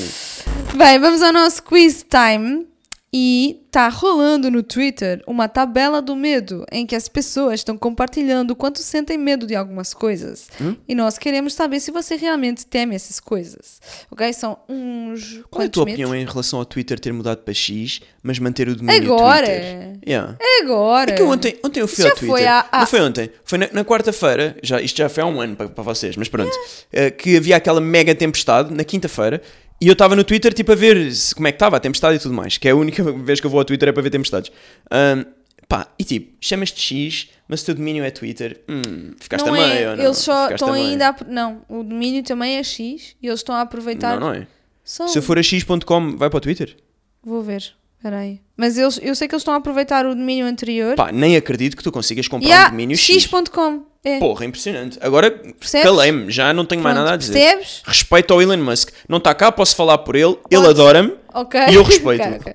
Bem, vamos ao nosso quiz time. E tá rolando no Twitter uma tabela do medo em que as pessoas estão compartilhando o quanto sentem medo de algumas coisas. Hum? E nós queremos saber se você realmente teme essas coisas. Ok? São uns. Qual é a quantos tua opinião em relação ao Twitter ter mudado para X, mas manter o domínio Agora! Twitter? Yeah. É agora! É que eu ontem, ontem eu fui Isso ao já Twitter. foi há- há- Não foi ontem, foi na, na quarta-feira, já, isto já foi há um ano para, para vocês, mas pronto. eh, que havia aquela mega tempestade na quinta-feira e eu estava no Twitter tipo a ver se- como é que estava a tempestade e tudo mais, que é a única vez que eu vou ao Twitter é para ver tempestades. Ahm, pá, e tipo, chamas-te X, mas o teu domínio é Twitter, hum, ficaste não a meio é, ou não? Eles só Ficaste a estão meio. ainda. A, não, o domínio também é X e eles estão a aproveitar. Não, não é? Só- Se eu for a x.com, vai para o Twitter? Vou ver. Peraí. Mas eles, eu sei que eles estão a aproveitar o domínio anterior. Pá, nem acredito que tu consigas comprar e há um domínio X. x.com. É. Porra, impressionante. Agora Percebes? calei-me, já não tenho mais Pronto, nada a dizer. percebes? Respeito ao Elon Musk. Não está cá, posso falar por ele. Ele adora-me. Ok. E eu respeito-o. Ok, ok.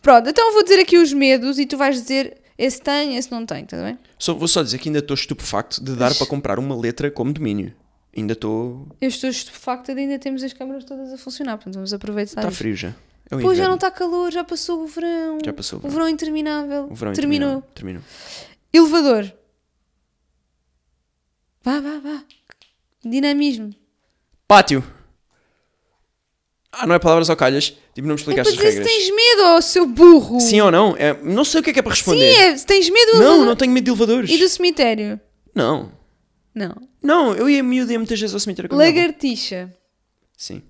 Pronto, então eu vou dizer aqui os medos e tu vais dizer esse tem, esse não tem, tá bem? Só, vou só dizer que ainda estou estupefacto de dar para comprar uma letra como domínio. Ainda estou. Eu estou estupefacta de ainda temos as câmaras todas a funcionar, portanto vamos aproveitar Está isto. frio já. É o Pô, já inverno. não está calor, já passou o verão. Já passou o O verão. verão interminável. O verão é Terminou. Terminou. Elevador. Vá, vá, vá. Dinamismo. Pátio. Ah, não é palavras ao calhas. Tipo, não me É para explicaste as dizer se regras. tens medo, ó seu burro. Sim ou não? É- Não sei o que é que é para Sim, responder. é, se tens medo do Não, elevador. não tenho medo de elevadores. E do cemitério? Não. Não. Não, eu ia miúdo e ia muitas vezes ao cemitério. com a minha avó. Lagartixa. Sim.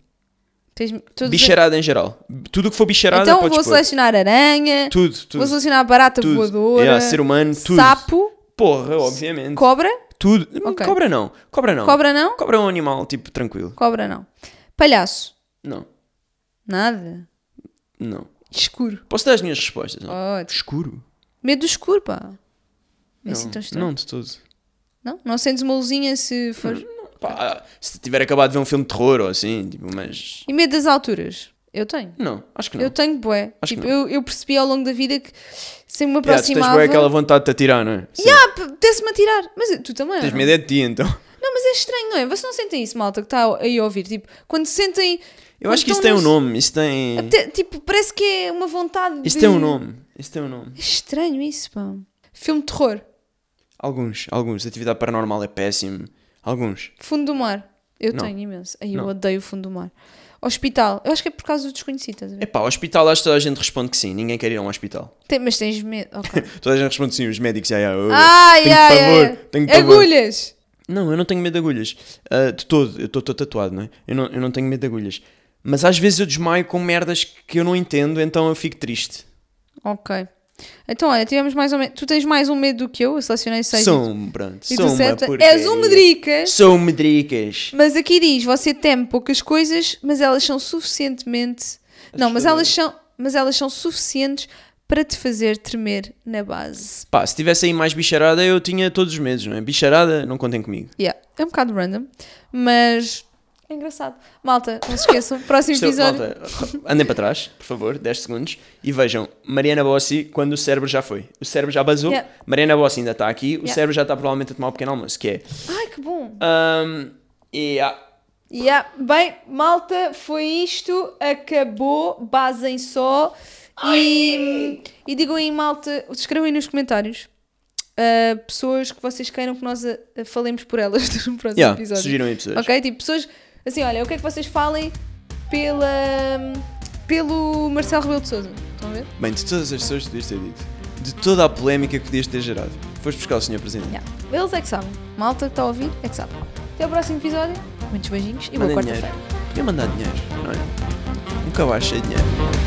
Tens todos- Bicharada em geral. Tudo o que for bicharada Então podes vou pôr. selecionar aranha. tipo, Tudo, tudo. Vou selecionar barata tudo. é voadora. Yeah, ser humano, tudo. Sapo. Porra, obviamente. Cobra. tudo. Hum, Ok. Cobra não. Cobra não. Cobra não? Cobra é um animal, tipo, tranquilo. Cobra não. Palhaço. Não. Nada. Não. Escuro. Posso dar as minhas respostas? Não? Pode. Escuro? Medo do escuro, pá. É Não, assim tão estranho. não de todo. Não? Não sentes uma luzinha Hum. se for... Pá, se tiver acabado de ver um filme de terror ou assim, tipo, mas... E medo das alturas? Eu tenho. Não, acho que não. Eu tenho bué. Acho que Tipo, eu, eu percebi ao longo da vida que sempre me Yeah, tu tens aproximava... bem aquela vontade de te atirar, não é? Sim. Ah, p- desce-me a tirar. Mas tu também. Tens não? medo é de ti, então. Não, mas é estranho, não é? Vocês não sentem isso, malta, que está aí a ouvir? Tipo, quando sentem. Eu acho que quando isso tem um estão nome, isso tem... nos- Te- tipo, parece que é uma vontade. Isso de- tem um nome, isso tem um nome. É estranho isso, pá. Filme de terror. Alguns, alguns. Atividade paranormal é péssimo. Alguns. Fundo do mar. Eu Não. tenho imenso. Aí eu Não. odeio o fundo do mar. Hospital. Eu acho que é por causa do desconhecido, estás a ver? Epá, o hospital acho que toda a gente responde que sim. Ninguém quer ir a um hospital. Tem- mas tens medo. ok. Toda a gente responde sim. Os médicos, ai, ai, eu- ai, tenho ai, pavor, ai. tenho pavor. Agulhas. Não, eu não tenho medo de agulhas. Ah, de todo. Eu estou tatuado, não é? Eu não, eu não tenho medo de agulhas. Mas às vezes eu desmaio com merdas que eu não entendo, então eu fico triste. Ok. Então, olha, tivemos mais ou menos. Tu tens mais um medo do que eu? Eu selecionei seis. sou um, pronto. e sou tu uma sete. porcaria. És um medricas. Sou medricas. Mas aqui diz, você teme poucas coisas, mas elas são suficientemente. não, mas elas são, mas elas são suficientes para te fazer tremer na base. Pá, se tivesse aí mais bicharada, eu tinha todos os medos, não é? Bicharada, não contem comigo. Yeah, é um bocado random, mas é engraçado. Malta, não se esqueçam, próximo Isto é- episódio. malta, andem para trás, por favor, 10 segundos, e vejam Mariana Bossi quando o cérebro já foi. O cérebro já basou, Yeah. Mariana Bossi ainda está aqui, o Yeah. cérebro já está provavelmente a tomar um pequeno almoço, que é. Ai, que bom! hum, e ah, Yeah, bem, malta, foi isto. Acabou. Basem só. E, e digam aí, malta, escrevam aí nos comentários ah, pessoas que vocês queiram que nós ah, ah, falemos por elas no próximo yeah, episódio. sugiram aí pessoas. Ok? Tipo, pessoas. Assim, olha, o que é que vocês falem pela, pelo Marcelo Rebelo de Souza? Estão a ver? Bem, de todas as pessoas que podias ter dito, de toda a polémica que podias ter gerado, foste buscar o Sr. Presidente. Yeah. Eles é que sabem. Malta que está a ouvir é que sabe. Até o próximo episódio. Muitos beijinhos e boa Mandem quarta-feira. dinheiro. Eu mandar dinheiro, não é? Nunca vai achei dinheiro.